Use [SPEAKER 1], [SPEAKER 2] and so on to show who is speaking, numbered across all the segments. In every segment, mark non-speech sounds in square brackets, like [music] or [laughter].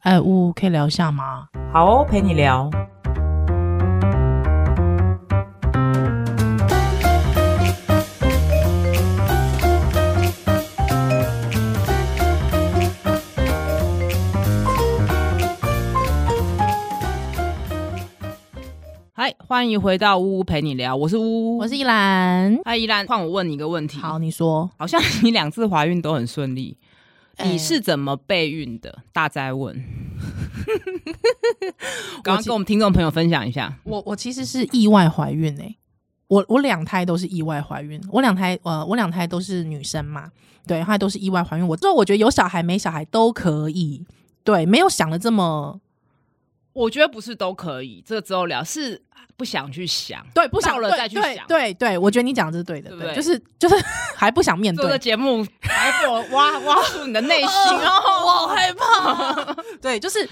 [SPEAKER 1] 哎，呜，可以聊一下吗？
[SPEAKER 2] 好哦，陪你聊。
[SPEAKER 3] 嗨，欢迎回到呜呜陪你聊，我是呜呜，
[SPEAKER 1] 我是依兰。
[SPEAKER 3] 嗨依兰，换我问你一个问题。
[SPEAKER 1] 好，，你说。
[SPEAKER 3] 好像你两次怀孕都很顺利，
[SPEAKER 1] 哎
[SPEAKER 3] 你是怎么备孕的？大灾问。 [laughs] 刚刚跟我们听众朋友分享一下，
[SPEAKER 1] 我我其实是意外怀孕诶、我我两胎都是意外怀孕，我两胎呃我两胎都是女生嘛，对，后来都是意外怀孕。我之后我觉得有小孩没小孩都可以，对，没有想的这么
[SPEAKER 3] 我觉得不是都可以，这个之后聊，是不想去想，
[SPEAKER 1] 对，不想
[SPEAKER 3] 到了
[SPEAKER 1] 对
[SPEAKER 3] 再去
[SPEAKER 1] 对
[SPEAKER 3] 想
[SPEAKER 1] 对对，我觉得你讲的是对的，
[SPEAKER 3] 对不
[SPEAKER 1] 对，
[SPEAKER 3] 对
[SPEAKER 1] 就是就是 [laughs] 还不想面
[SPEAKER 3] 做这
[SPEAKER 1] 对，
[SPEAKER 3] 节目还给我挖挖出你的 [laughs] 内心哦，我害怕。
[SPEAKER 1] [laughs] 对，就是。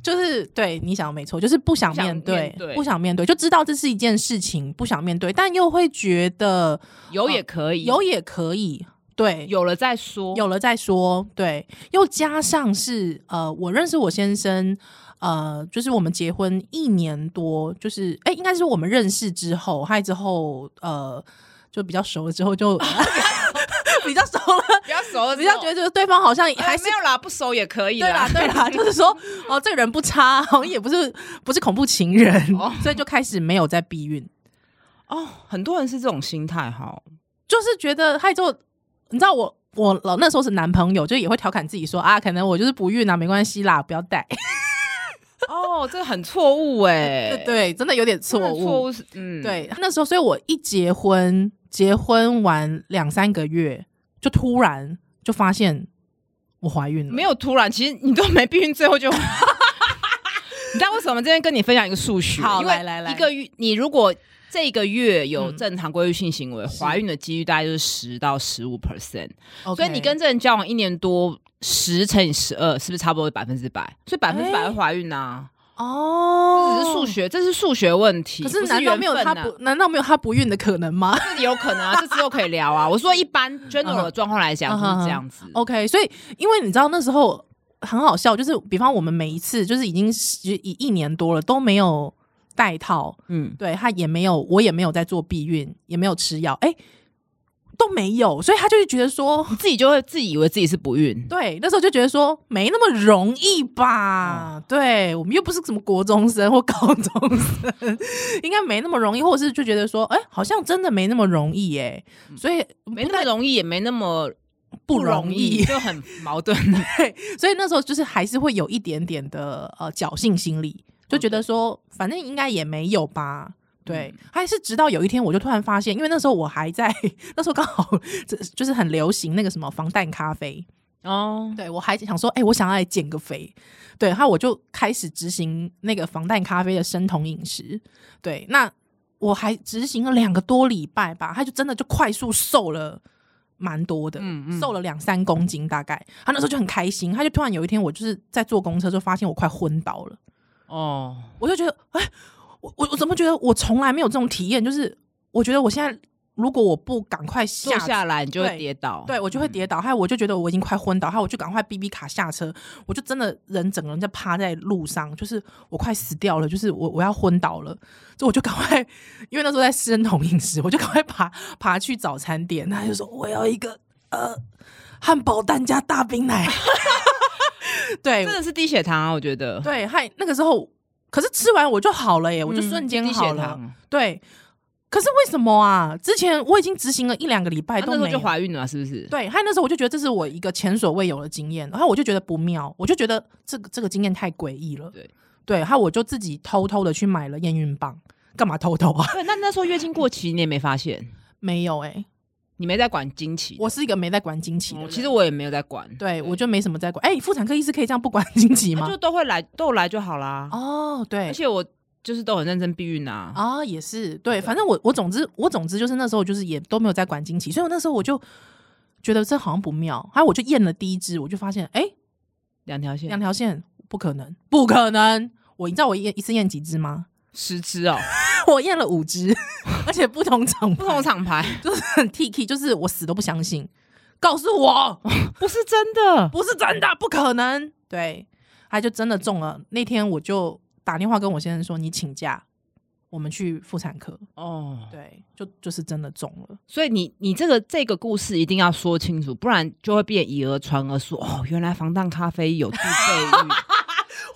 [SPEAKER 1] 就是对你想的没错，就是不想
[SPEAKER 3] 不想
[SPEAKER 1] 面对，
[SPEAKER 3] 面对
[SPEAKER 1] 不想面对，就知道这是一件事情，不想面对，但又会觉得
[SPEAKER 3] 有也可以，
[SPEAKER 1] 有也可以，对，
[SPEAKER 3] 有了再说，
[SPEAKER 1] 有了再说，对，又加上是呃，我认识我先生，呃，就是我们结婚一年多，就是哎、应该是我们认识之后，还之后呃，就比较熟了之后
[SPEAKER 3] [laughs]
[SPEAKER 1] 就 [laughs] 比较熟了，
[SPEAKER 3] 比较熟了之
[SPEAKER 1] 比
[SPEAKER 3] 后，
[SPEAKER 1] 较觉得对方好像
[SPEAKER 3] 哎
[SPEAKER 1] 还是
[SPEAKER 3] 没。有啦，不熟也可以
[SPEAKER 1] 对啦，对
[SPEAKER 3] [laughs]
[SPEAKER 1] 啦，就是说，哦，这个人不差，好像也不是不是恐怖情人，
[SPEAKER 3] 哦
[SPEAKER 1] 所以就开始没有在避孕，
[SPEAKER 3] 哦，很多人是这种心态哈。
[SPEAKER 1] 就是觉得害就你知道我我老那时候是男朋友，就也会调侃自己说啊，可能我就是不孕啊，没关系啦，不要带。
[SPEAKER 3] 哦，这很错误哎，
[SPEAKER 1] 对 [laughs] 对，真的有点错
[SPEAKER 3] 真的错
[SPEAKER 1] 误。
[SPEAKER 3] 误是嗯，
[SPEAKER 1] 对，那时候，所以我一结婚，结婚完两三个月，就突然就发现我怀孕了。
[SPEAKER 3] 没有突然，其实你都没避孕，最
[SPEAKER 1] [laughs]
[SPEAKER 3] 后就。你知道为什么？这边跟你分享一个数学，
[SPEAKER 1] 好
[SPEAKER 3] 因为
[SPEAKER 1] 来来来
[SPEAKER 3] 一个月你如果这个月有
[SPEAKER 1] 嗯
[SPEAKER 3] 正常规律性行为，
[SPEAKER 1] 是
[SPEAKER 3] 怀、孕的几率大概就是十到十五 percent，
[SPEAKER 1] OK，
[SPEAKER 3] 所以你跟这人交往一年多，十乘以十二，是不是差不多百分之百？所以百分之百会怀孕啊，
[SPEAKER 1] 哎哦，
[SPEAKER 3] 这只是数。学，这是数学问题，
[SPEAKER 1] 可
[SPEAKER 3] 不
[SPEAKER 1] 难道没有
[SPEAKER 3] 缘
[SPEAKER 1] 他
[SPEAKER 3] 分啊
[SPEAKER 1] 不？难道没有他不孕的可能吗
[SPEAKER 3] 这有可能啊，这之后可以聊啊。我说
[SPEAKER 1] [laughs]
[SPEAKER 3] 一般 general 的状况来
[SPEAKER 1] 嗯
[SPEAKER 3] 讲就是这样子。
[SPEAKER 1] ？OK，所以因为你知道那时候很好笑，就是比方我们每一次就是已经十一一年多了都没有戴套，
[SPEAKER 3] 嗯，
[SPEAKER 1] 对他也没有，我也没有在做避孕，也没有吃药，哎、都没有，所以他就会觉得说，
[SPEAKER 3] 自己就会自己以为自己是不孕，
[SPEAKER 1] 对，那时候就觉得说没那么容易吧？对我们又不是什么国中生或高中生， [laughs] 应该没那么容易，或者是就觉得说，哎、好像真的没那么容易耶、所以
[SPEAKER 3] 没那么容易，也没那么
[SPEAKER 1] 嗯不容易
[SPEAKER 3] 就很矛盾。
[SPEAKER 1] 所以那时候就是还是会有一点点的呃侥幸心理，就觉得说反正应该也没有吧。对，还是直到有一天，我就突然发现，因为那时候我还在， [laughs] 那时候刚好 [laughs] 这就是很流行那个什么防弹咖啡，
[SPEAKER 3] [laughs] 哦，
[SPEAKER 1] 对我还想说，哎、我想要来减个肥，对，然后我就开始执行那个防弹咖啡的生酮饮食，对，那我还执行了两个多礼拜吧，他就真的就快速瘦了。蛮多的，
[SPEAKER 3] 嗯嗯
[SPEAKER 1] 瘦了两三公斤大概。他那时候就很开心，他就突然有一天，我就是在坐公车，就发现我快昏倒了。
[SPEAKER 3] 哦，
[SPEAKER 1] 我就觉得，哎，我我我怎么觉得我从来没有这种体验？就是我觉得我现在如果我不赶快
[SPEAKER 3] 坐
[SPEAKER 1] 下
[SPEAKER 3] 下来你就会
[SPEAKER 1] 对
[SPEAKER 3] 跌倒。
[SPEAKER 1] 对我就会跌倒，还有我就觉得我已经快昏倒，还有我就赶快哔哔卡下车，我就真的人整个人就趴在路上，就是我快死掉了，就是我我要昏倒了，所以我就赶快，因为那时候在吃生酮饮食，我就赶快爬爬去早餐店，他就说我要一个呃汉堡蛋加大冰奶，
[SPEAKER 3] [laughs]
[SPEAKER 1] 对
[SPEAKER 3] 真的是低血糖啊，我觉得。
[SPEAKER 1] 对，还那个时候，可是吃完我就好了耶，
[SPEAKER 3] 嗯，
[SPEAKER 1] 我就瞬间
[SPEAKER 3] 低
[SPEAKER 1] 好
[SPEAKER 3] 血
[SPEAKER 1] 了，
[SPEAKER 3] 糖，
[SPEAKER 1] 对。可是为什么啊？之前我已经执行了一两个礼拜
[SPEAKER 3] 啊那
[SPEAKER 1] 都
[SPEAKER 3] 时
[SPEAKER 1] 没有，
[SPEAKER 3] 候就怀孕了，是不是？
[SPEAKER 1] 对，还有那时候我就觉得这是我一个前所未有的经验，然后我就觉得不妙，我就觉得这个这个经验太诡异了。
[SPEAKER 3] 对
[SPEAKER 1] 对，还有我就自己偷偷的去买了验孕棒，干嘛偷偷啊？ [laughs]
[SPEAKER 3] 对，那那时候月经过期你也没发现，
[SPEAKER 1] 没有哎、
[SPEAKER 3] 你没在管经期。
[SPEAKER 1] 我是一个没在管经期的
[SPEAKER 3] 哦
[SPEAKER 1] 人、
[SPEAKER 3] 其实我也没有在管，
[SPEAKER 1] 对我就没什么在管。哎、妇产科医师可以这样不管经期
[SPEAKER 3] 他
[SPEAKER 1] 吗
[SPEAKER 3] 就？都会来，都有来就好啦。
[SPEAKER 1] 哦，
[SPEAKER 3] 而
[SPEAKER 1] 对。
[SPEAKER 3] 且我就是都很认真避孕啊。
[SPEAKER 1] 啊，也是对，反正我我总之我总之就是那时候就是也都没有在管经期，所以我那时候我就觉得这好像不妙，还有我就验了第一支，我就发现哎、
[SPEAKER 3] 两条线
[SPEAKER 1] 两，条线不可能，不可能！我你知道我验一次验几支吗？
[SPEAKER 3] 十支哦，
[SPEAKER 1] [laughs] 我验了五
[SPEAKER 3] [laughs]
[SPEAKER 1] 支，而且不同厂牌
[SPEAKER 3] 不同厂牌，
[SPEAKER 1] 就是很 T K，就是 [laughs] 我死都不相信，告诉我
[SPEAKER 3] [laughs] 不是真的。
[SPEAKER 1] 不是真的，不可能。对，他就真的中了。那天我就打电话跟我先生说：“你请假，我们去妇产科。
[SPEAKER 3] 哦”，
[SPEAKER 1] 对，就就是真的中了。
[SPEAKER 3] 所以你你这个这个故事一定要说清楚，不然就会变以讹传讹说，哦，原来防弹咖啡有助
[SPEAKER 1] [laughs]
[SPEAKER 3] 备欲， [laughs]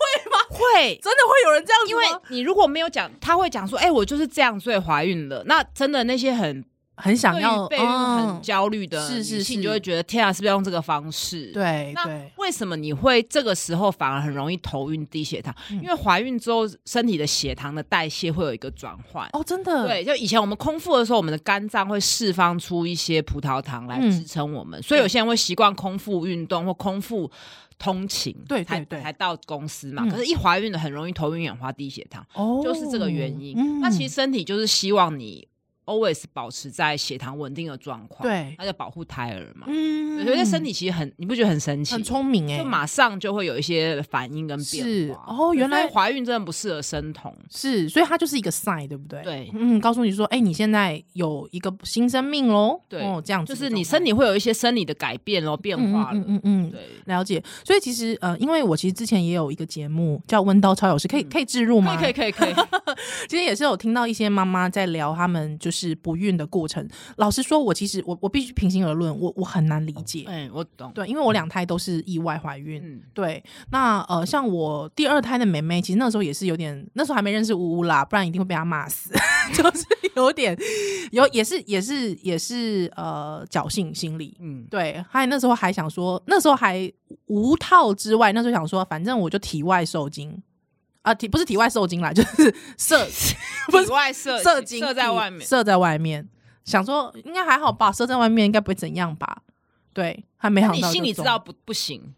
[SPEAKER 3] 会
[SPEAKER 1] 真的会有人这样子
[SPEAKER 3] 因
[SPEAKER 1] 吗？
[SPEAKER 3] 为你如果没有讲，他会讲说，哎、我就是这样，所以怀孕了。那真的那些很
[SPEAKER 1] 很想要
[SPEAKER 3] 对于备孕
[SPEAKER 1] 嗯
[SPEAKER 3] 很焦虑的
[SPEAKER 1] 是
[SPEAKER 3] 女性，
[SPEAKER 1] 是是
[SPEAKER 3] 就会觉得天啊，是不是要用这个方式？。
[SPEAKER 1] 对
[SPEAKER 3] 那
[SPEAKER 1] 对，
[SPEAKER 3] 为什么你会这个时候反而很容易头晕低血糖？
[SPEAKER 1] 嗯
[SPEAKER 3] 因为怀孕之后，身体的血糖的代谢会有一个转换。
[SPEAKER 1] 哦，真的，
[SPEAKER 3] 对，就以前我们空腹的时候，我们的肝脏会释放出一些葡萄糖来
[SPEAKER 1] 嗯
[SPEAKER 3] 支撑我们，所以有些人会习惯空腹运动或空腹通勤，
[SPEAKER 1] 对
[SPEAKER 3] 才
[SPEAKER 1] 对对
[SPEAKER 3] 才到公司嘛。
[SPEAKER 1] 嗯
[SPEAKER 3] 可是，一怀孕的很容易头晕眼花、低血糖，
[SPEAKER 1] 哦，
[SPEAKER 3] 就是这个原因。
[SPEAKER 1] 嗯
[SPEAKER 3] 那其实身体就是希望你 always 保持在血糖稳定的状况，，
[SPEAKER 1] 对，
[SPEAKER 3] 那就保护胎儿嘛。
[SPEAKER 1] 嗯
[SPEAKER 3] 我觉得身体其实很，你不觉得很神奇？
[SPEAKER 1] 很聪明哎、
[SPEAKER 3] 就马上就会有一些反应跟变化。
[SPEAKER 1] 是哦原来
[SPEAKER 3] 所以怀孕真的不适合生酮。
[SPEAKER 1] 是，所以它就是一个 sign，对不对？
[SPEAKER 3] 对
[SPEAKER 1] 嗯，告诉你说，哎、你现在有一个新生命喽，
[SPEAKER 3] 对
[SPEAKER 1] 哦，这样子
[SPEAKER 3] 就
[SPEAKER 1] 的
[SPEAKER 3] 是你
[SPEAKER 1] 状态
[SPEAKER 3] 身体会有一些生理的改变咯，变
[SPEAKER 1] 嗯
[SPEAKER 3] 化了。
[SPEAKER 1] 嗯嗯嗯嗯，
[SPEAKER 3] 对，
[SPEAKER 1] 了解。所以其实呃，因为我其实之前也有一个节目叫《温刀超有事》，可以可以置入吗？
[SPEAKER 3] 嗯可以可以
[SPEAKER 1] [laughs]
[SPEAKER 3] 可以可以。
[SPEAKER 1] 其实也是有听到一些妈妈在聊她们就是不孕的过程。老实说，我其实我我必须平心而论，我我很难理解。
[SPEAKER 3] 哎，我懂。
[SPEAKER 1] 对，因为我两胎都是意外怀孕，
[SPEAKER 3] 嗯，
[SPEAKER 1] 对，那呃，像我第二胎的妹妹，其实那时候也是有点，那时候还没认识呜呜啦，不然一定会被她骂死， [laughs] 就是有点有也是也是也是呃侥幸心理。
[SPEAKER 3] 嗯，
[SPEAKER 1] 对，还那时候还想说，那时候还无套之外，那时候想说，反正我就体外受精啊，体不是体外受精啦， [laughs] 就是
[SPEAKER 3] [laughs]
[SPEAKER 1] 射不是
[SPEAKER 3] 体外射
[SPEAKER 1] 射精
[SPEAKER 3] 射在
[SPEAKER 1] 体
[SPEAKER 3] 外面。
[SPEAKER 1] 射在外面，想说应该还好吧，射在外面应该不会怎样吧。对，还没想
[SPEAKER 3] 那
[SPEAKER 1] 到
[SPEAKER 3] 你心
[SPEAKER 1] 就
[SPEAKER 3] 里知
[SPEAKER 1] 中
[SPEAKER 3] 道，不不行，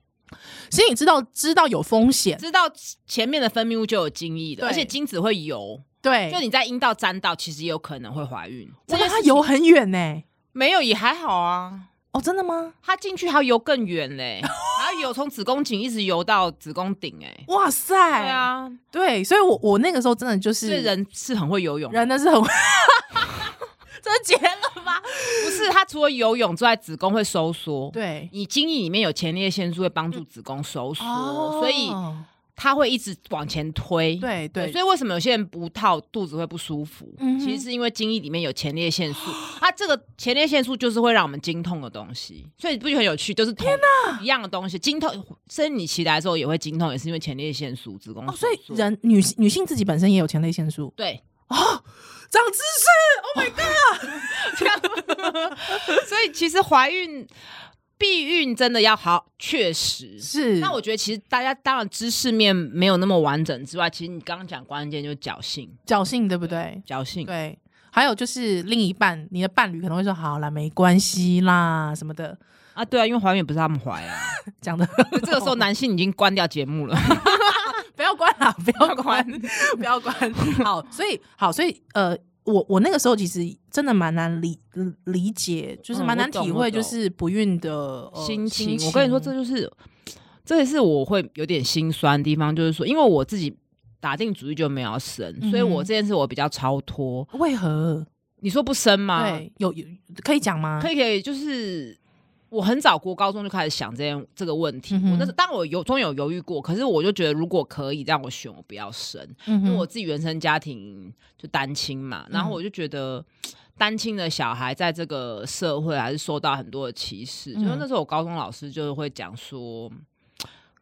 [SPEAKER 1] 心里知道知道有风险，
[SPEAKER 3] 知道前面的分泌物就有精液的，
[SPEAKER 1] 对
[SPEAKER 3] 而且精子会游，
[SPEAKER 1] 对，
[SPEAKER 3] 就你在阴道沾到，其实也有可能会怀孕。
[SPEAKER 1] 哇，那
[SPEAKER 3] 件
[SPEAKER 1] 它
[SPEAKER 3] 事情
[SPEAKER 1] 游很远呢、
[SPEAKER 3] 没有也还好啊，
[SPEAKER 1] 哦，真的吗？
[SPEAKER 3] 它进去还要游更远嘞，还要游从子宫颈一直游到子宫顶哎。
[SPEAKER 1] 哇塞！
[SPEAKER 3] 对，啊，
[SPEAKER 1] 对，所以我我那个时候真的就
[SPEAKER 3] 所
[SPEAKER 1] 是
[SPEAKER 3] 以人是很会游泳的，
[SPEAKER 1] 人的 [laughs] 是很，这结了吗？
[SPEAKER 3] 不是它除了游泳之外，子宫会收缩。
[SPEAKER 1] 对，
[SPEAKER 3] 你精液里面有前列腺素会帮助
[SPEAKER 1] 嗯
[SPEAKER 3] 子宫收缩，所以它会一直往前推。
[SPEAKER 1] 哦对对，
[SPEAKER 3] 所以为什么有些人不套肚子会不舒服？
[SPEAKER 1] 嗯哼
[SPEAKER 3] 其实是因为精液里面有前列腺
[SPEAKER 1] [gasps]
[SPEAKER 3] 素，它这个前列腺素就是会让我们经痛的东西，所以不觉得很有趣？就是天哪，一样的东西，经痛生理期来的时候也会经痛，也是因为前列腺素、子宫
[SPEAKER 1] 哦，
[SPEAKER 3] 收
[SPEAKER 1] 所以
[SPEAKER 3] 缩
[SPEAKER 1] 人女性女性自己本身也有前列腺素，
[SPEAKER 3] 对，
[SPEAKER 1] 长知识。Oh my god！
[SPEAKER 3] 所以其实怀孕、避孕真的要好，确实
[SPEAKER 1] 是，
[SPEAKER 3] 那我觉得其实大家当然知识面没有那么完整之外，其实你刚刚讲关键就是侥幸，
[SPEAKER 1] 侥幸对不对？
[SPEAKER 3] 侥幸。
[SPEAKER 1] 对。还有就是另一半，你的伴侣可能会说：“好啦，没关系啦，什么的。
[SPEAKER 3] 啊，对啊，因为怀孕也不是他们怀啊，”
[SPEAKER 1] [laughs] 讲的
[SPEAKER 3] 就这个时候男性已经关掉节目了。
[SPEAKER 1] 不要关啦，不要关，不要
[SPEAKER 3] [laughs]
[SPEAKER 1] 关。好，所以好，所以呃，我我那个时候其实真的蛮难理嗯理解，就是
[SPEAKER 3] 嗯
[SPEAKER 1] 蛮
[SPEAKER 3] 我
[SPEAKER 1] 难
[SPEAKER 3] 懂
[SPEAKER 1] 体
[SPEAKER 3] 我
[SPEAKER 1] 会，就
[SPEAKER 3] 懂
[SPEAKER 1] 是不孕的、呃、
[SPEAKER 3] 哦心情，
[SPEAKER 1] 情。
[SPEAKER 3] 我跟你说，这就是，这也是我会有点心酸的地方，就是说，因为我自己打定主意就没有要生，所以
[SPEAKER 1] 嗯哼
[SPEAKER 3] 我这件事我比较超脱。
[SPEAKER 1] 为何
[SPEAKER 3] 你说不生吗？
[SPEAKER 1] 对有有可以讲吗？
[SPEAKER 3] 啊可
[SPEAKER 1] 以，
[SPEAKER 3] 以可以，就是我很早国高中就开始想这件这个问题。
[SPEAKER 1] 嗯哼
[SPEAKER 3] 我那时当然我有中有犹豫过，可是我就觉得如果可以让我选，我不要生，
[SPEAKER 1] 嗯
[SPEAKER 3] 因为我
[SPEAKER 1] 哼，嗯
[SPEAKER 3] 自己原生家庭就单亲嘛，然后我就觉得。单亲的小孩在这个社会还是受到很多的歧视，
[SPEAKER 1] 嗯
[SPEAKER 3] 因为那时候我高中老师就会讲说，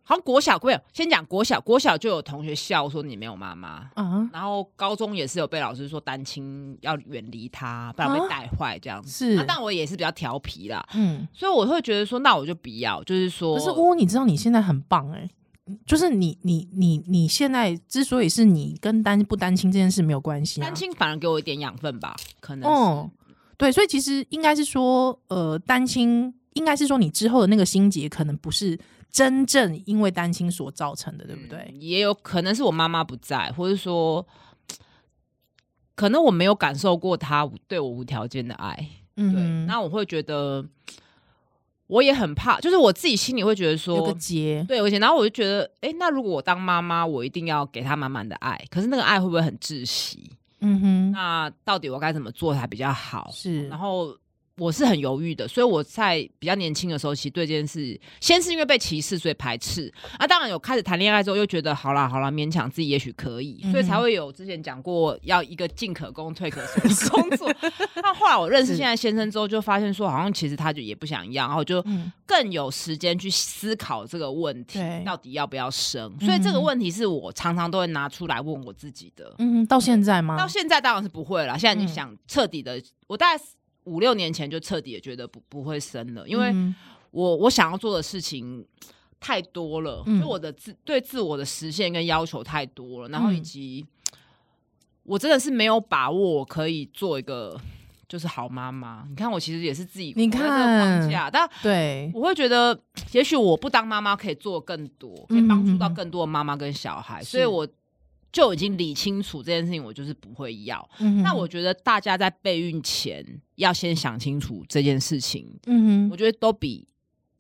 [SPEAKER 3] 好像国小没有，先讲国小，国小就有同学笑说你没有妈妈，
[SPEAKER 1] 啊，
[SPEAKER 3] 然后高中也是有被老师说单亲要远离他，不然会
[SPEAKER 1] 啊
[SPEAKER 3] 带坏这样子。
[SPEAKER 1] 是
[SPEAKER 3] 啊，但我也是比较调皮啦，
[SPEAKER 1] 嗯，
[SPEAKER 3] 所以我会觉得说，那我就不要，就是说，
[SPEAKER 1] 可是呜，你知道你现在很棒哎、就是你你你你现在之所以是你跟单不单亲这件事没有关系、啊，
[SPEAKER 3] 单亲反而给我一点养分吧，可能
[SPEAKER 1] 哦
[SPEAKER 3] 是，
[SPEAKER 1] 对，所以其实应该是说，呃，单亲应该是说你之后的那个心结，可能不是真正因为单亲所造成的，对不对？
[SPEAKER 3] 嗯也有可能是我妈妈不在，或者说，可能我没有感受过她对我无条件的爱。对，
[SPEAKER 1] 嗯哼，
[SPEAKER 3] 那我会觉得，我也很怕，就是我自己心里会觉得说，
[SPEAKER 1] 有个结，
[SPEAKER 3] 对，而且然后我就觉得，哎、那如果我当妈妈，我一定要给她满满的爱，可是那个爱会不会很窒息？
[SPEAKER 1] 嗯哼，
[SPEAKER 3] 那到底我该怎么做才比较好？
[SPEAKER 1] 是
[SPEAKER 3] 然后我是很犹豫的，所以我在比较年轻的时候，其实对这件事，先是因为被歧视，所以排斥。啊，当然有开始谈恋爱之后，又觉得好啦好啦，勉强自己也许可以，
[SPEAKER 1] 嗯
[SPEAKER 3] 所以才会有之前讲过要一个进可攻退可守的工作。那后来我认识现在先生之后，就发现说，好像其实他就也不想要，然后就
[SPEAKER 1] 嗯
[SPEAKER 3] 更有时间去思考这个问题
[SPEAKER 1] 对嗯
[SPEAKER 3] 到底要不要生。所以这个问题是我常常都会拿出来问我自己的。
[SPEAKER 1] 嗯，到现在吗？
[SPEAKER 3] 到现在当然是不会了。现在你
[SPEAKER 1] 嗯
[SPEAKER 3] 想彻底的，我大概五六年前就彻底的觉得不不会生了，因为
[SPEAKER 1] 嗯
[SPEAKER 3] 我我想要做的事情太多了，
[SPEAKER 1] 嗯
[SPEAKER 3] 就我的自对自我的实现跟要求太多了，然后以
[SPEAKER 1] 嗯
[SPEAKER 3] 及、我真的是没有把握我可以做一个就是好妈妈。你看我其实也是自己
[SPEAKER 1] 你
[SPEAKER 3] 活在这个
[SPEAKER 1] 看
[SPEAKER 3] 框架，但
[SPEAKER 1] 对，
[SPEAKER 3] 我会觉得，也许我不当妈妈可以做更多，可以帮助到更多的妈妈跟小孩，所以
[SPEAKER 1] 嗯是
[SPEAKER 3] 我就已经理清楚这件事情，我就是不会要。
[SPEAKER 1] 嗯
[SPEAKER 3] 那
[SPEAKER 1] 哼
[SPEAKER 3] 我觉得大家在备孕前要先想清楚这件事情，
[SPEAKER 1] 嗯哼，
[SPEAKER 3] 我觉得都比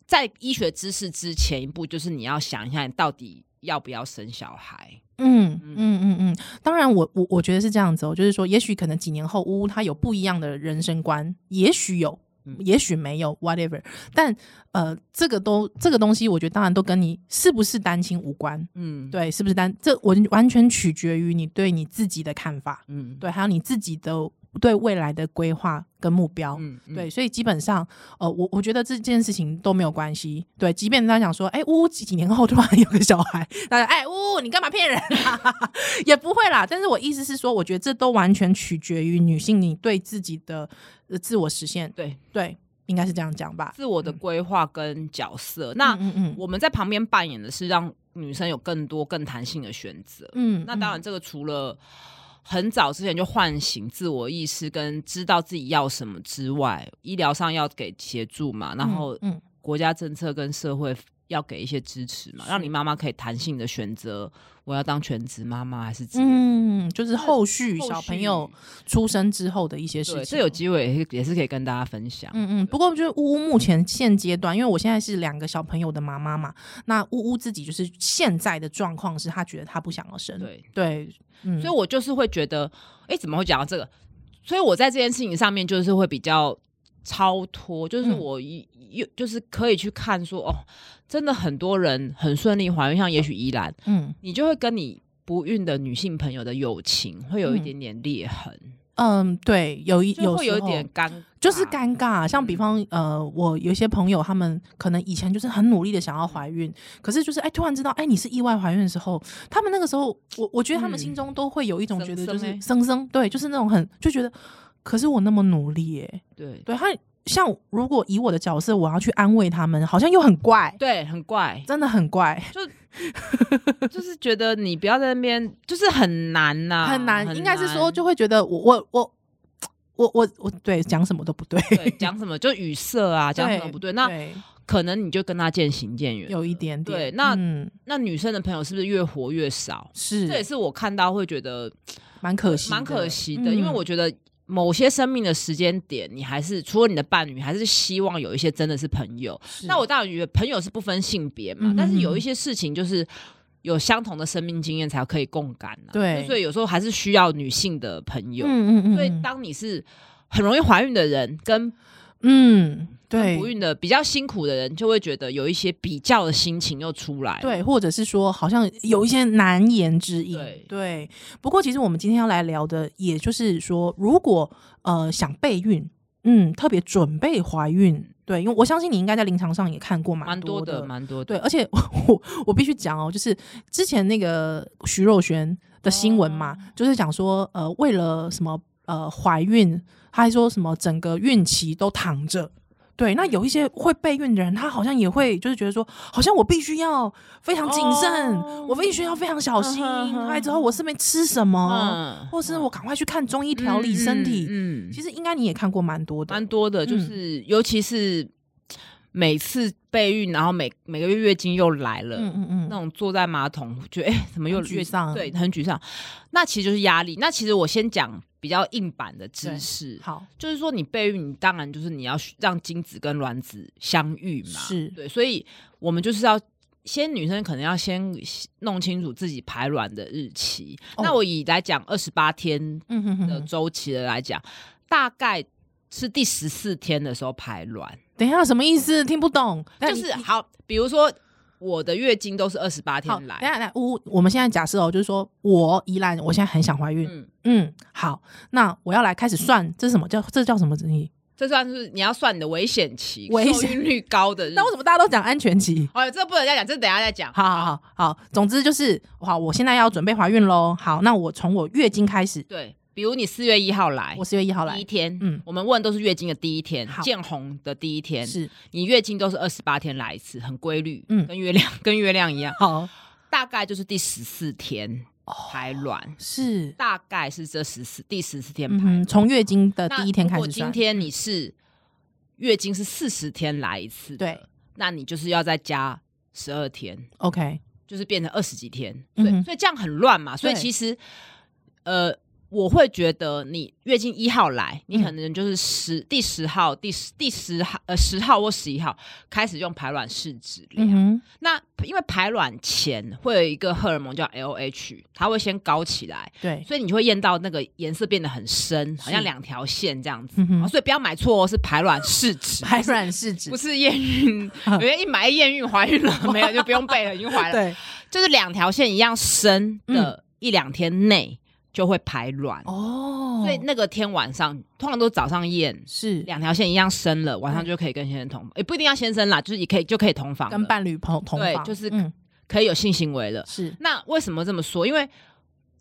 [SPEAKER 3] 在医学知识之前一步，就是你要想一下你到底要不要生小孩。
[SPEAKER 1] 嗯嗯嗯嗯，当然我，我我觉得是这样子哦，就是说，也许可能几年后，呜呜，他有不一样的人生观，也许有
[SPEAKER 3] 嗯，
[SPEAKER 1] 也许没有，whatever。但呃，这个都这个东西，我觉得当然都跟你是不是单亲无关，
[SPEAKER 3] 嗯，，
[SPEAKER 1] 对，是不是单，这完完全取决于你对你自己的看法，
[SPEAKER 3] 嗯，
[SPEAKER 1] 对，还有你自己的对未来的规划跟目标，
[SPEAKER 3] 嗯，嗯，
[SPEAKER 1] 对，所以基本上，呃，我我觉得这件事情都没有关系。对，即便大家讲说，哎、呜，几几年后突然有 [laughs] 个小孩，大家哎，呜，你干嘛骗人啊？ [laughs] 也不会啦。但是我意思是说，我觉得这都完全取决于女性你对自己的、呃、自我实现。
[SPEAKER 3] 对
[SPEAKER 1] 对，应该是这样讲吧。
[SPEAKER 3] 自我的规划跟角色。那
[SPEAKER 1] 嗯嗯
[SPEAKER 3] 我们在旁边扮演的是让女生有更多更弹性的选择。
[SPEAKER 1] 嗯，
[SPEAKER 3] 那当然，这个除了很早之前就唤醒自我意识跟知道自己要什么之外，医疗上要给协助嘛，然
[SPEAKER 1] 嗯
[SPEAKER 3] 后
[SPEAKER 1] 嗯
[SPEAKER 3] 国家政策跟社会要给一些支持嘛，让你妈妈可以弹性的选择，我要当全职妈妈还是职业
[SPEAKER 1] 嗯，就是后续
[SPEAKER 3] 后
[SPEAKER 1] 小朋
[SPEAKER 3] 续
[SPEAKER 1] 友出生之后的一些事
[SPEAKER 3] 对，
[SPEAKER 1] 情，
[SPEAKER 3] 这有机会也是也是可以跟大家分享。
[SPEAKER 1] 嗯嗯，不过就是呜呜目前现阶段，因为我现在是两个小朋友的妈妈嘛，那呜呜自己就是现在的状况是，她觉得她不想要生。
[SPEAKER 3] 对，
[SPEAKER 1] 对，嗯，
[SPEAKER 3] 所以我就是会觉得，哎，怎么会讲到这个？所以我在这件事情上面就是会比较超脱，就是
[SPEAKER 1] 嗯
[SPEAKER 3] 我一又、就是可以去看说，哦，真的很多人很顺利怀孕，像也许依兰，
[SPEAKER 1] 嗯
[SPEAKER 3] 你就会跟你不孕的女性朋友的友情会有一点点裂痕，
[SPEAKER 1] 嗯，对，有一
[SPEAKER 3] 就
[SPEAKER 1] 有
[SPEAKER 3] 会
[SPEAKER 1] 时
[SPEAKER 3] 有
[SPEAKER 1] 候
[SPEAKER 3] 一点尴尬，嗯
[SPEAKER 1] 就是尴尬。像比方呃，我有一些朋友，他们可能以前就是很努力的想要怀孕，可是就是哎，突然知道哎你是意外怀孕的时候，他们那个时候，我我觉得他们
[SPEAKER 3] 嗯
[SPEAKER 1] 心中都会有一种
[SPEAKER 3] 生
[SPEAKER 1] 觉得
[SPEAKER 3] 生
[SPEAKER 1] 就
[SPEAKER 3] 欸
[SPEAKER 1] 是生生，对，就是那种很就觉得，可是我那么努力耶、
[SPEAKER 3] 对
[SPEAKER 1] 对他，像如果以我的角色，我要去安慰他们，好像又很怪，
[SPEAKER 3] 对，很怪，
[SPEAKER 1] [laughs] 真的很怪，
[SPEAKER 3] [laughs] 就是觉得你不要在那边，就是啊很难呐、
[SPEAKER 1] 很难。应该是说，就会觉得我我我我我我对讲什么都不
[SPEAKER 3] [laughs]
[SPEAKER 1] 对，
[SPEAKER 3] 对讲什么就语塞啊，讲什么不对，那
[SPEAKER 1] 对
[SPEAKER 3] 可能你就跟他渐行渐远。
[SPEAKER 1] 有一点点
[SPEAKER 3] 对那
[SPEAKER 1] 嗯
[SPEAKER 3] 那女生的朋友是不是越活越少？
[SPEAKER 1] 是
[SPEAKER 3] 这也是我看到会觉得
[SPEAKER 1] 蛮可惜的，
[SPEAKER 3] 蛮可惜的，
[SPEAKER 1] 嗯
[SPEAKER 3] 因为我觉得某些生命的时间点，你还是除了你的伴侣，还是希望有一些真的是朋友。
[SPEAKER 1] 是
[SPEAKER 3] 那我当然觉得朋友是不分性别嘛，
[SPEAKER 1] 嗯哼
[SPEAKER 3] 但是有一些事情就是有相同的生命经验才可以共感、啊，
[SPEAKER 1] 对
[SPEAKER 3] 就所以有时候还是需要女性的朋友。
[SPEAKER 1] 嗯嗯嗯，
[SPEAKER 3] 所以当你是很容易怀孕的人跟
[SPEAKER 1] 嗯对
[SPEAKER 3] 不孕的比较辛苦的人，就会觉得有一些比较的心情又出来。，
[SPEAKER 1] 对，或者是说好像有一些难言之隐。
[SPEAKER 3] 对
[SPEAKER 1] 对，不过其实我们今天要来聊的，也就是说，如果呃想备孕，嗯，特别准备怀孕，对，因为我相信你应该在临床上也看过
[SPEAKER 3] 蛮
[SPEAKER 1] 多
[SPEAKER 3] 多的，蛮多的。
[SPEAKER 1] 对，而且我 [laughs] 我必须讲哦，就是之前那个徐若瑄的新闻
[SPEAKER 3] 哦
[SPEAKER 1] 嘛，就是讲说呃，为了什么呃怀孕，她还说什么整个孕期都躺着。对，那有一些会备孕的人，他好像也会就是觉得说，好像我必须要非常谨慎，
[SPEAKER 3] 哦
[SPEAKER 1] 我必须要非常小心，
[SPEAKER 3] 嗯哼哼
[SPEAKER 1] 还之后我是没吃什么，
[SPEAKER 3] 嗯
[SPEAKER 1] 呃或是我赶快去看中医调理身体。
[SPEAKER 3] 嗯，嗯嗯
[SPEAKER 1] 其实应该你也看过蛮多的，
[SPEAKER 3] 蛮多的，就
[SPEAKER 1] 嗯
[SPEAKER 3] 是、尤其是每次备孕，然后每每个月月经又来了。
[SPEAKER 1] 嗯嗯嗯，
[SPEAKER 3] 那种坐在马桶，觉得哎、怎么又
[SPEAKER 1] 很沮
[SPEAKER 3] 月
[SPEAKER 1] 丧
[SPEAKER 3] 对，很沮丧。那其实就是压力。那其实我先讲比较硬版的知识，
[SPEAKER 1] 好，
[SPEAKER 3] 就是说你备孕，你当然就是你要让精子跟卵子相遇嘛，
[SPEAKER 1] 是
[SPEAKER 3] 对，所以我们就是要。先女生可能要先弄清楚自己排卵的日期。
[SPEAKER 1] 哦
[SPEAKER 3] 那我以来讲二十八天
[SPEAKER 1] 嗯哼哼
[SPEAKER 3] 的
[SPEAKER 1] 哼，
[SPEAKER 3] 周期的来讲，大概是第十四天的时候排卵，
[SPEAKER 1] 等一下什么意思？听不懂，
[SPEAKER 3] 就
[SPEAKER 1] 那你
[SPEAKER 3] 是好，比如说我的月经都是二十八
[SPEAKER 1] 好，
[SPEAKER 3] 天
[SPEAKER 1] 等一
[SPEAKER 3] 来，
[SPEAKER 1] 下来，我我们现在假设哦，就是说我依兰，我现在很想怀孕，
[SPEAKER 3] 嗯，
[SPEAKER 1] 嗯，好，那我要来开始算，这是什么叫这叫什么定义？
[SPEAKER 3] 这算是你要算你的危险期，
[SPEAKER 1] 危
[SPEAKER 3] 受
[SPEAKER 1] 险
[SPEAKER 3] 孕率高的日子。
[SPEAKER 1] 那为什么大家都讲安全期？
[SPEAKER 3] 哦，这不能再讲，这等一下再讲。
[SPEAKER 1] 好好好好，总之就是好，我现在要准备怀孕喽。好，那我从我月经开始，
[SPEAKER 3] 对，比如你四月一号来
[SPEAKER 1] 我，四月一号
[SPEAKER 3] 第
[SPEAKER 1] 来，
[SPEAKER 3] 一天，嗯
[SPEAKER 1] 嗯，
[SPEAKER 3] 我们问都是月经的第一天，
[SPEAKER 1] 好
[SPEAKER 3] 见红的第一天，
[SPEAKER 1] 是
[SPEAKER 3] 你月经都是二十八天来一次，很规律，嗯，
[SPEAKER 1] 嗯
[SPEAKER 3] 跟月亮 [laughs] 跟月亮一样，
[SPEAKER 1] 好
[SPEAKER 3] 大概就是第十四天排卵，
[SPEAKER 1] 是，
[SPEAKER 3] 大概是这十四第十四天
[SPEAKER 1] 嗯
[SPEAKER 3] 排卵。
[SPEAKER 1] 哼，从月经的
[SPEAKER 3] 那
[SPEAKER 1] 第一天开
[SPEAKER 3] 如果
[SPEAKER 1] 始
[SPEAKER 3] 今
[SPEAKER 1] 算，
[SPEAKER 3] 天你是月经是四十天来一次，
[SPEAKER 1] 对，
[SPEAKER 3] 那你就是要再加十二天，
[SPEAKER 1] ，OK，
[SPEAKER 3] 就是变成二十几天，
[SPEAKER 1] 嗯
[SPEAKER 3] 对，
[SPEAKER 1] 哼
[SPEAKER 3] 所以这样很乱嘛。所以
[SPEAKER 1] 对
[SPEAKER 3] 其实，呃，我会觉得你月经一号来，你
[SPEAKER 1] 嗯
[SPEAKER 3] 可能就是十、第十号、第十第十号呃十号或十一号开始用排卵试纸量。
[SPEAKER 1] 嗯哼，
[SPEAKER 3] 那因为排卵前会有一个荷尔蒙叫 LH，它会先高起来，
[SPEAKER 1] 对，
[SPEAKER 3] 所以你会验到那个颜色变得很深，好像
[SPEAKER 1] 是
[SPEAKER 3] 两条线这样子。
[SPEAKER 1] 嗯
[SPEAKER 3] 啊
[SPEAKER 1] 哼，
[SPEAKER 3] 所以不要买错哦，是排卵试纸，
[SPEAKER 1] 排卵试纸嗯
[SPEAKER 3] 不，是验孕，有些一买验孕怀孕
[SPEAKER 1] [laughs]
[SPEAKER 3] 了没有就不用背了，已经 [laughs] 怀了。
[SPEAKER 1] 对，
[SPEAKER 3] 就是两条线一样深的，一两天内就会排卵，
[SPEAKER 1] 嗯哦，
[SPEAKER 3] 所以那个天晚上通常都早上验，
[SPEAKER 1] 是
[SPEAKER 3] 两条线一样深了，晚上就可以跟先生同，也、不一定要先生啦，就是也可以就可以同房
[SPEAKER 1] 嗯
[SPEAKER 3] 了，
[SPEAKER 1] 跟伴侣同同
[SPEAKER 3] 对
[SPEAKER 1] 房，
[SPEAKER 3] 就是
[SPEAKER 1] 嗯
[SPEAKER 3] 可以有性行为了。
[SPEAKER 1] 是，
[SPEAKER 3] 那为什么这么说？因为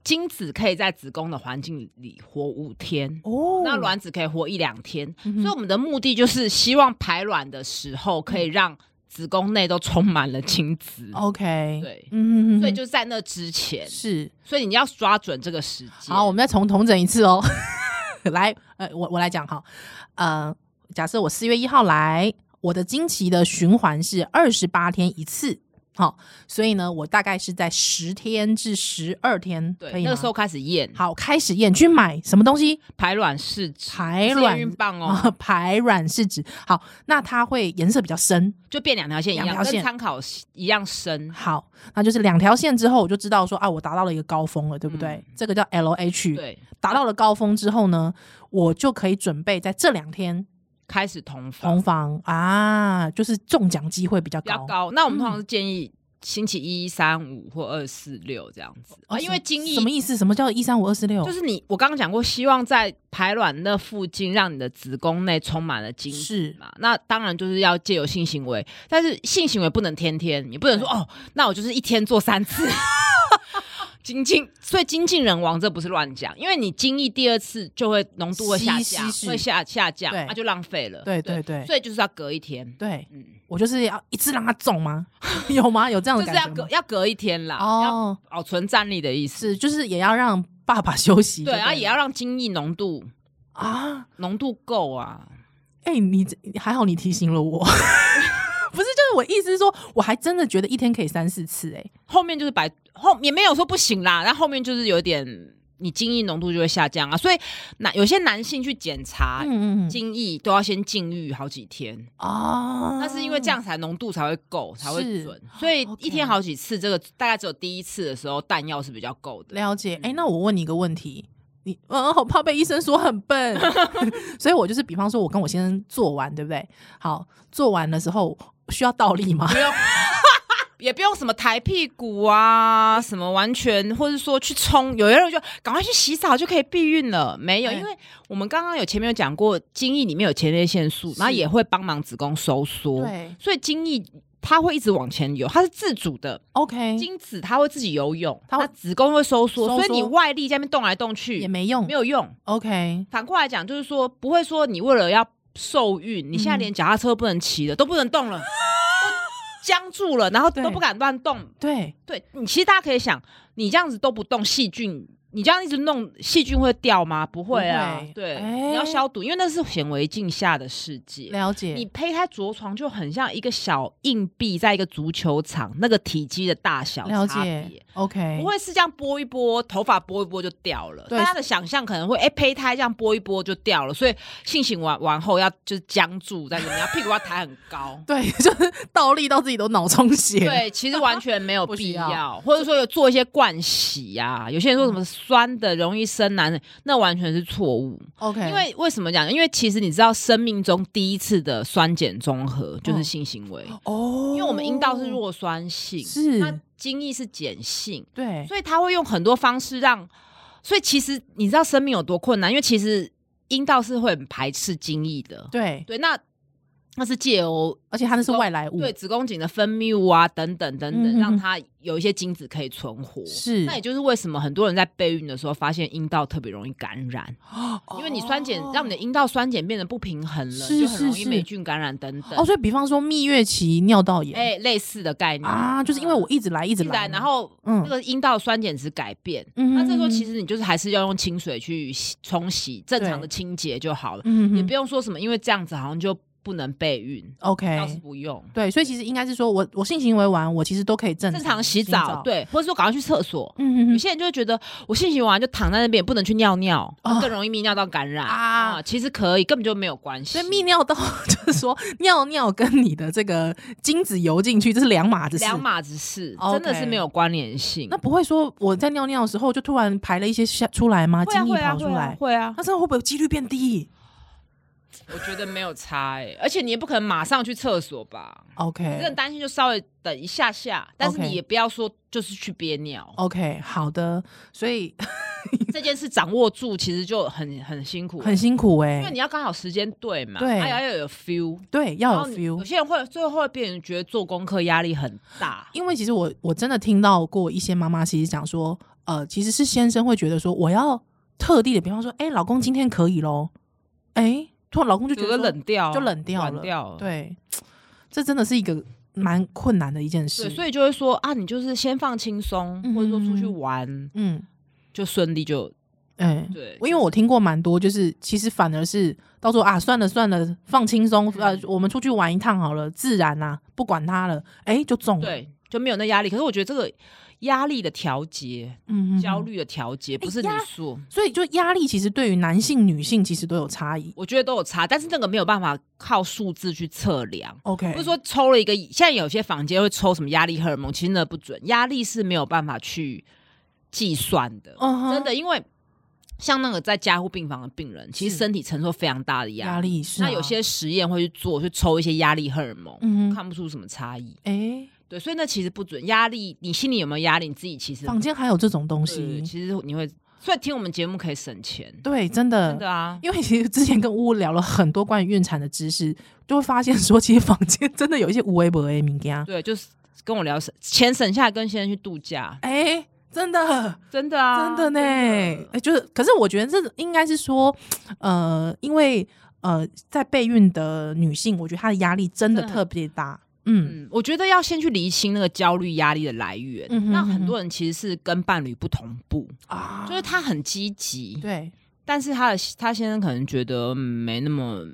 [SPEAKER 3] 精子可以在子宫的环境里活五天。
[SPEAKER 1] 哦
[SPEAKER 3] 那卵子可以活一两天，
[SPEAKER 1] 嗯
[SPEAKER 3] 所
[SPEAKER 1] 哼
[SPEAKER 3] 以我们的目的就是希望排卵的时候可以
[SPEAKER 1] 嗯
[SPEAKER 3] 让子宫内都充满了精子。
[SPEAKER 1] ，OK，
[SPEAKER 3] 对
[SPEAKER 1] 哦嗯哼哼哼，
[SPEAKER 3] 所以就是在那之前，
[SPEAKER 1] 是
[SPEAKER 3] 所以你要抓准这个时间。
[SPEAKER 1] 好，我们再重重整一次哦。 [laughs] 来，呃，我我来讲哈，呃，假设我四月一号来，我的经期的循环是二十八天一次，好、所以呢，我大概是在十天至十二天，可
[SPEAKER 3] 对
[SPEAKER 1] 以
[SPEAKER 3] 那
[SPEAKER 1] 吗
[SPEAKER 3] 个时候开始验
[SPEAKER 1] 好开始验去买什么东西？
[SPEAKER 3] 排卵试纸、
[SPEAKER 1] 排
[SPEAKER 3] 不是验
[SPEAKER 1] 卵
[SPEAKER 3] 孕棒
[SPEAKER 1] 啊， [laughs]
[SPEAKER 3] 哦，
[SPEAKER 1] 排卵是指好，那它会颜色比较深，
[SPEAKER 3] 就变两条线一
[SPEAKER 1] 两
[SPEAKER 3] 样，
[SPEAKER 1] 条
[SPEAKER 3] 跟
[SPEAKER 1] 线
[SPEAKER 3] 参考一样深。
[SPEAKER 1] 好，那就是两条线之后，我就知道说啊，我达到了一个高峰了，对不对？
[SPEAKER 3] 嗯
[SPEAKER 1] 这个叫 LH，
[SPEAKER 3] 对，
[SPEAKER 1] 达到了高峰之后呢，我就可以准备在这两天
[SPEAKER 3] 开始同房
[SPEAKER 1] 同房啊，就是中奖机会比较
[SPEAKER 3] 嗯比较
[SPEAKER 1] 高。
[SPEAKER 3] 高。那我们通常是建议星期一、三、五或二、四、六这样子
[SPEAKER 1] 哦
[SPEAKER 3] 啊，因为
[SPEAKER 1] 什
[SPEAKER 3] 精液
[SPEAKER 1] 什么意思？什么叫一三五二四六？
[SPEAKER 3] 就是是你，我刚刚讲过，希望在排卵那附近，让你的子宫内充满了精子
[SPEAKER 1] 是
[SPEAKER 3] 嘛。那当然就是要借由性行为，但是性行为不能天天，你不能说哦，那我就是一天做三次。 [laughs] 精尽，所以精尽人亡，这不是乱讲，因为你精液第二次就会浓度会下
[SPEAKER 1] 稀
[SPEAKER 3] 降，
[SPEAKER 1] 稀释
[SPEAKER 3] 会下下降，
[SPEAKER 1] 对
[SPEAKER 3] 那、就浪费了。
[SPEAKER 1] 对对对
[SPEAKER 3] 所以就是要隔一天，
[SPEAKER 1] 对
[SPEAKER 3] 嗯，
[SPEAKER 1] 我就是要一次让它中吗？ [laughs] 有吗？有这样
[SPEAKER 3] 就
[SPEAKER 1] 的
[SPEAKER 3] 是
[SPEAKER 1] 感
[SPEAKER 3] 要
[SPEAKER 1] 觉
[SPEAKER 3] 隔
[SPEAKER 1] 吗？
[SPEAKER 3] 要隔一天啦，要
[SPEAKER 1] 哦，
[SPEAKER 3] 保存战力的意思。
[SPEAKER 1] 是就是也要让爸爸休息就
[SPEAKER 3] 对，
[SPEAKER 1] 对了，
[SPEAKER 3] 然后也要让精液浓度
[SPEAKER 1] 啊。
[SPEAKER 3] 浓度够啊。
[SPEAKER 1] 哎、你这还好，你提醒了我。 [laughs] 不是，就是我意思是说，我还真的觉得一天可以三四次、哎，
[SPEAKER 3] 后面就是白后也没有说不行啦，但后面就是有点你精液浓度就会下降啊，所以男有些男性去检查
[SPEAKER 1] 嗯嗯嗯
[SPEAKER 3] 啊精液都要先禁欲好几天，
[SPEAKER 1] 啊，
[SPEAKER 3] 那、是因为这样才浓度才会够才会
[SPEAKER 1] 是哦
[SPEAKER 3] 准，所以
[SPEAKER 1] OK
[SPEAKER 3] 一天好几次，这个大概只有第一次的时候弹药是比较够的。
[SPEAKER 1] 了解，哎、那我问你一个问题，你嗯，好怕被医生说很笨，所以我就是，比方说，我跟我先生做完，对不对？好，做完的时候需要倒立吗？
[SPEAKER 3] 不用，也不用什么抬屁股啊，什么完全，或是说去冲。有些人就赶快去洗澡就可以避孕了，没有，
[SPEAKER 1] 哎
[SPEAKER 3] 因为我们刚刚有前面有讲过，精液里面有前列腺素，
[SPEAKER 1] 是
[SPEAKER 3] 然后也会帮忙子宫收缩，
[SPEAKER 1] 对
[SPEAKER 3] 所以精液。它会一直往前游，它是自主的，
[SPEAKER 1] [laughs] ，OK，
[SPEAKER 3] 精子它会自己游泳，
[SPEAKER 1] 它
[SPEAKER 3] 它
[SPEAKER 1] 会
[SPEAKER 3] 子宫会收缩，
[SPEAKER 1] 收
[SPEAKER 3] 所
[SPEAKER 1] 缩
[SPEAKER 3] 以你外力在那边动来动
[SPEAKER 1] 也
[SPEAKER 3] 去
[SPEAKER 1] 没用
[SPEAKER 3] 没有用。
[SPEAKER 1] ，OK，
[SPEAKER 3] 反过来讲，就是说不会说你为了要受孕，你现
[SPEAKER 1] 嗯
[SPEAKER 3] 在连脚踏车不能骑了，都不能动
[SPEAKER 1] [laughs]
[SPEAKER 3] 了，都僵住了，然后
[SPEAKER 1] 对
[SPEAKER 3] 都不敢乱动。
[SPEAKER 1] 对，
[SPEAKER 3] 对你，其实大家可以想，你这样子都不动，细菌你这样一直弄，细菌会掉吗？不会啊，
[SPEAKER 1] 不会
[SPEAKER 3] 对，
[SPEAKER 1] 哎
[SPEAKER 3] 你要消毒，因为那是显微镜下的世界。
[SPEAKER 1] 了
[SPEAKER 3] 你
[SPEAKER 1] 解，
[SPEAKER 3] 胚胎着床就很像一个小硬币，在一个足球场那个体积的大小
[SPEAKER 1] 了
[SPEAKER 3] 差别
[SPEAKER 1] 解。，OK，
[SPEAKER 3] 不会是这样拨一拨，头发拨一拨就掉了。
[SPEAKER 1] 对。
[SPEAKER 3] 大家的想象可能会，哎、胚胎这样拨一拨就掉了，所以性行完完后要就是僵住在那边，要屁股要抬很高
[SPEAKER 1] [laughs] 对，就是倒立到自己都脑充血，
[SPEAKER 3] 对，其实完全没有
[SPEAKER 1] [laughs] 不需
[SPEAKER 3] 必要，
[SPEAKER 1] 要嗯
[SPEAKER 3] 或者说有做一些惯洗呀、有些人说什么酸的容易生男人，那完全是错误。
[SPEAKER 1] OK，
[SPEAKER 3] 因为为什么讲？因为其实你知道，生命中第一次的酸碱中和
[SPEAKER 1] 嗯
[SPEAKER 3] 就是性行为，
[SPEAKER 1] 哦，
[SPEAKER 3] 因为我们阴道是弱酸性，
[SPEAKER 1] 是
[SPEAKER 3] 那精液是碱性，
[SPEAKER 1] 对，
[SPEAKER 3] 所以它会用很多方式让。所以其实你知道生命有多困难，因为其实阴道是会很排斥精液的。
[SPEAKER 1] 对，
[SPEAKER 3] 对，那那是借由
[SPEAKER 1] 而且它那是外来物，
[SPEAKER 3] 对子宫颈的分泌物啊等等等等，
[SPEAKER 1] 嗯嗯嗯
[SPEAKER 3] 让它有一些精子可以存活。
[SPEAKER 1] 是，
[SPEAKER 3] 那也就是为什么很多人在备孕的时候发现阴道特别容易感染，因为你酸碱让你的阴道酸碱变得不平衡了，
[SPEAKER 1] 哦是
[SPEAKER 3] 就很容
[SPEAKER 1] 是
[SPEAKER 3] 易
[SPEAKER 1] 是
[SPEAKER 3] 霉菌感染等等。
[SPEAKER 1] 哦，所以比方说蜜月期尿道炎，
[SPEAKER 3] 哎、类似的概念
[SPEAKER 1] 啊，就是因为我一直来一直
[SPEAKER 3] 进
[SPEAKER 1] 来，
[SPEAKER 3] 来，然后
[SPEAKER 1] 嗯
[SPEAKER 3] 那个阴道酸碱值改变。
[SPEAKER 1] 嗯
[SPEAKER 3] 那这时候
[SPEAKER 1] 嗯
[SPEAKER 3] 其实你就是还是要用清水去洗冲洗，正常的清洁就好了，
[SPEAKER 1] 嗯
[SPEAKER 3] 也
[SPEAKER 1] 哼
[SPEAKER 3] 不用说什么，因为这样子好像就不能备孕，倒是
[SPEAKER 1] OK，
[SPEAKER 3] 不用。
[SPEAKER 1] 对，所以其实应该是说我我性行为完，我其实都可以正
[SPEAKER 3] 正常洗
[SPEAKER 1] 澡
[SPEAKER 3] 澡，，对，或者说赶快去厕所。
[SPEAKER 1] 嗯
[SPEAKER 3] 有
[SPEAKER 1] 哼
[SPEAKER 3] 些人就会觉得我性行为完就躺在那边，也不能去尿尿，
[SPEAKER 1] 哦
[SPEAKER 3] 更容易泌尿道感染
[SPEAKER 1] 啊
[SPEAKER 3] 啊其实可以，根本就没有关系。
[SPEAKER 1] 所以泌尿道 [laughs] 就是说尿尿跟你的这个精子游进去，这是两码子事。
[SPEAKER 3] 两码子事，
[SPEAKER 1] OK
[SPEAKER 3] 真的是没有关联性。
[SPEAKER 1] 那不会说我在尿尿的时候就突然排了一些下出来吗？
[SPEAKER 3] 会啊
[SPEAKER 1] 精液
[SPEAKER 3] 会啊
[SPEAKER 1] 跑出
[SPEAKER 3] 会啊
[SPEAKER 1] 来，
[SPEAKER 3] 会啊， [laughs]
[SPEAKER 1] 那这样会不会有几率变低
[SPEAKER 3] 我觉得没有差哎、而且你也不可能马上去厕所吧？你真的
[SPEAKER 1] ？OK
[SPEAKER 3] 担心就稍微等一下下，但是
[SPEAKER 1] OK 哦
[SPEAKER 3] 你也不要说就是去憋尿，
[SPEAKER 1] OK，好的，所以
[SPEAKER 3] 这件事掌握住其实就很很辛苦，欸
[SPEAKER 1] 很辛苦哎、
[SPEAKER 3] 因为你要刚好时间对嘛，
[SPEAKER 1] 对
[SPEAKER 3] 还要要有 feel。
[SPEAKER 1] 对，
[SPEAKER 3] 然
[SPEAKER 1] 要
[SPEAKER 3] 后
[SPEAKER 1] 有
[SPEAKER 3] 你有
[SPEAKER 1] feel。
[SPEAKER 3] 些人会最后会变成觉得做功课压力很大，
[SPEAKER 1] 因为其实我我真的听到过一些妈妈其实讲说，呃，其实是先生会觉得说，我要特地的，比方说，哎、老公今天可以喽，哎、突然老公就觉
[SPEAKER 3] 觉
[SPEAKER 1] 得
[SPEAKER 3] 得
[SPEAKER 1] 说
[SPEAKER 3] 冷掉，
[SPEAKER 1] 就冷掉
[SPEAKER 3] 软
[SPEAKER 1] 了，
[SPEAKER 3] 掉了。
[SPEAKER 1] 对，这真的是一个蛮困难的一件事。
[SPEAKER 3] 对，所以就会说啊，你就是先放轻松，
[SPEAKER 1] 嗯
[SPEAKER 3] 或者说出去玩
[SPEAKER 1] 嗯，
[SPEAKER 3] 就顺利就
[SPEAKER 1] 哎、
[SPEAKER 3] 对。
[SPEAKER 1] 我因为我听过蛮多，就是其实反而是到时候啊，算了算了，放轻松，呃
[SPEAKER 3] 嗯，
[SPEAKER 1] 我们出去玩一趟好了，自然啦、不管他了，哎、就中了，
[SPEAKER 3] 对就没有那压力。可是我觉得这个压力的调节、
[SPEAKER 1] 嗯，嗯嗯
[SPEAKER 3] 焦虑的调节，不是你
[SPEAKER 1] 哎呀
[SPEAKER 3] 说，
[SPEAKER 1] 所以就压力其实对于男性、女性其实都有差异。
[SPEAKER 3] 我觉得都有差，但是那个没有办法靠数字去测量。
[SPEAKER 1] OK，
[SPEAKER 3] 不是说抽了一个，现在有些房间会抽什么压力荷尔蒙，其实那不准，压力是没有办法去计算的，
[SPEAKER 1] 嗯哼
[SPEAKER 3] 真的，因为像那个在加护病房的病人，其实
[SPEAKER 1] 是
[SPEAKER 3] 身体承受非常大的压
[SPEAKER 1] 压
[SPEAKER 3] 力。
[SPEAKER 1] 力是、啊、
[SPEAKER 3] 那有些实验会去做，去抽一些压力荷尔蒙，
[SPEAKER 1] 嗯哼，
[SPEAKER 3] 看不出什么差异。
[SPEAKER 1] 哎、
[SPEAKER 3] 对，所以那其实不准。压力，你心里有没有压力，你自己其实
[SPEAKER 1] 坊间还有这种东
[SPEAKER 3] 对对对
[SPEAKER 1] 西，
[SPEAKER 3] 其实你会，所以听我们节目可以省钱，
[SPEAKER 1] 对，真的。
[SPEAKER 3] 真的啊。
[SPEAKER 1] 因为其实之前跟乌聊了很多关于孕产的知识，就会发现说，其实坊间真的有一些无微不微的物件，
[SPEAKER 3] 对，就是跟我聊省钱省下来，跟先生去度假，
[SPEAKER 1] 哎、真的，
[SPEAKER 3] 真的啊，
[SPEAKER 1] 真的呢，
[SPEAKER 3] 真
[SPEAKER 1] 哎、
[SPEAKER 3] 的
[SPEAKER 1] 就是，可是我觉得这应该是说，呃，因为呃，在备孕的女性，我觉得她的压力真的
[SPEAKER 3] 真的
[SPEAKER 1] 特别大，嗯，
[SPEAKER 3] 嗯，我觉得要先去厘清那个焦虑压力的来源。
[SPEAKER 1] 嗯哼
[SPEAKER 3] 那
[SPEAKER 1] 嗯哼
[SPEAKER 3] 很多人其实是跟伴侣不同步，
[SPEAKER 1] 啊
[SPEAKER 3] 就是他很积极，
[SPEAKER 1] 对，
[SPEAKER 3] 但是他的他先生可能觉得、嗯没那么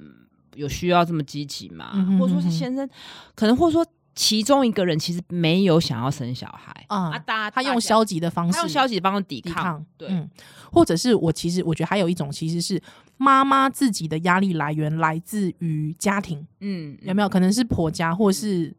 [SPEAKER 3] 有需要这么积极嘛，
[SPEAKER 1] 嗯哼
[SPEAKER 3] 或者说
[SPEAKER 1] 嗯
[SPEAKER 3] 是
[SPEAKER 1] 哼
[SPEAKER 3] 先生可能或者说其中一个人其实没有想要生小孩
[SPEAKER 1] 啊
[SPEAKER 3] 啊，大家
[SPEAKER 1] 她
[SPEAKER 3] 大家
[SPEAKER 1] 用消极的方式，
[SPEAKER 3] 他用消极帮我抵
[SPEAKER 1] 抵
[SPEAKER 3] 抗，
[SPEAKER 1] 抗，
[SPEAKER 3] 对
[SPEAKER 1] 嗯，或者是我其实我觉得还有一种其实是妈妈自己的压力来源来自于家庭，
[SPEAKER 3] 嗯，
[SPEAKER 1] 有没有可能是婆家或是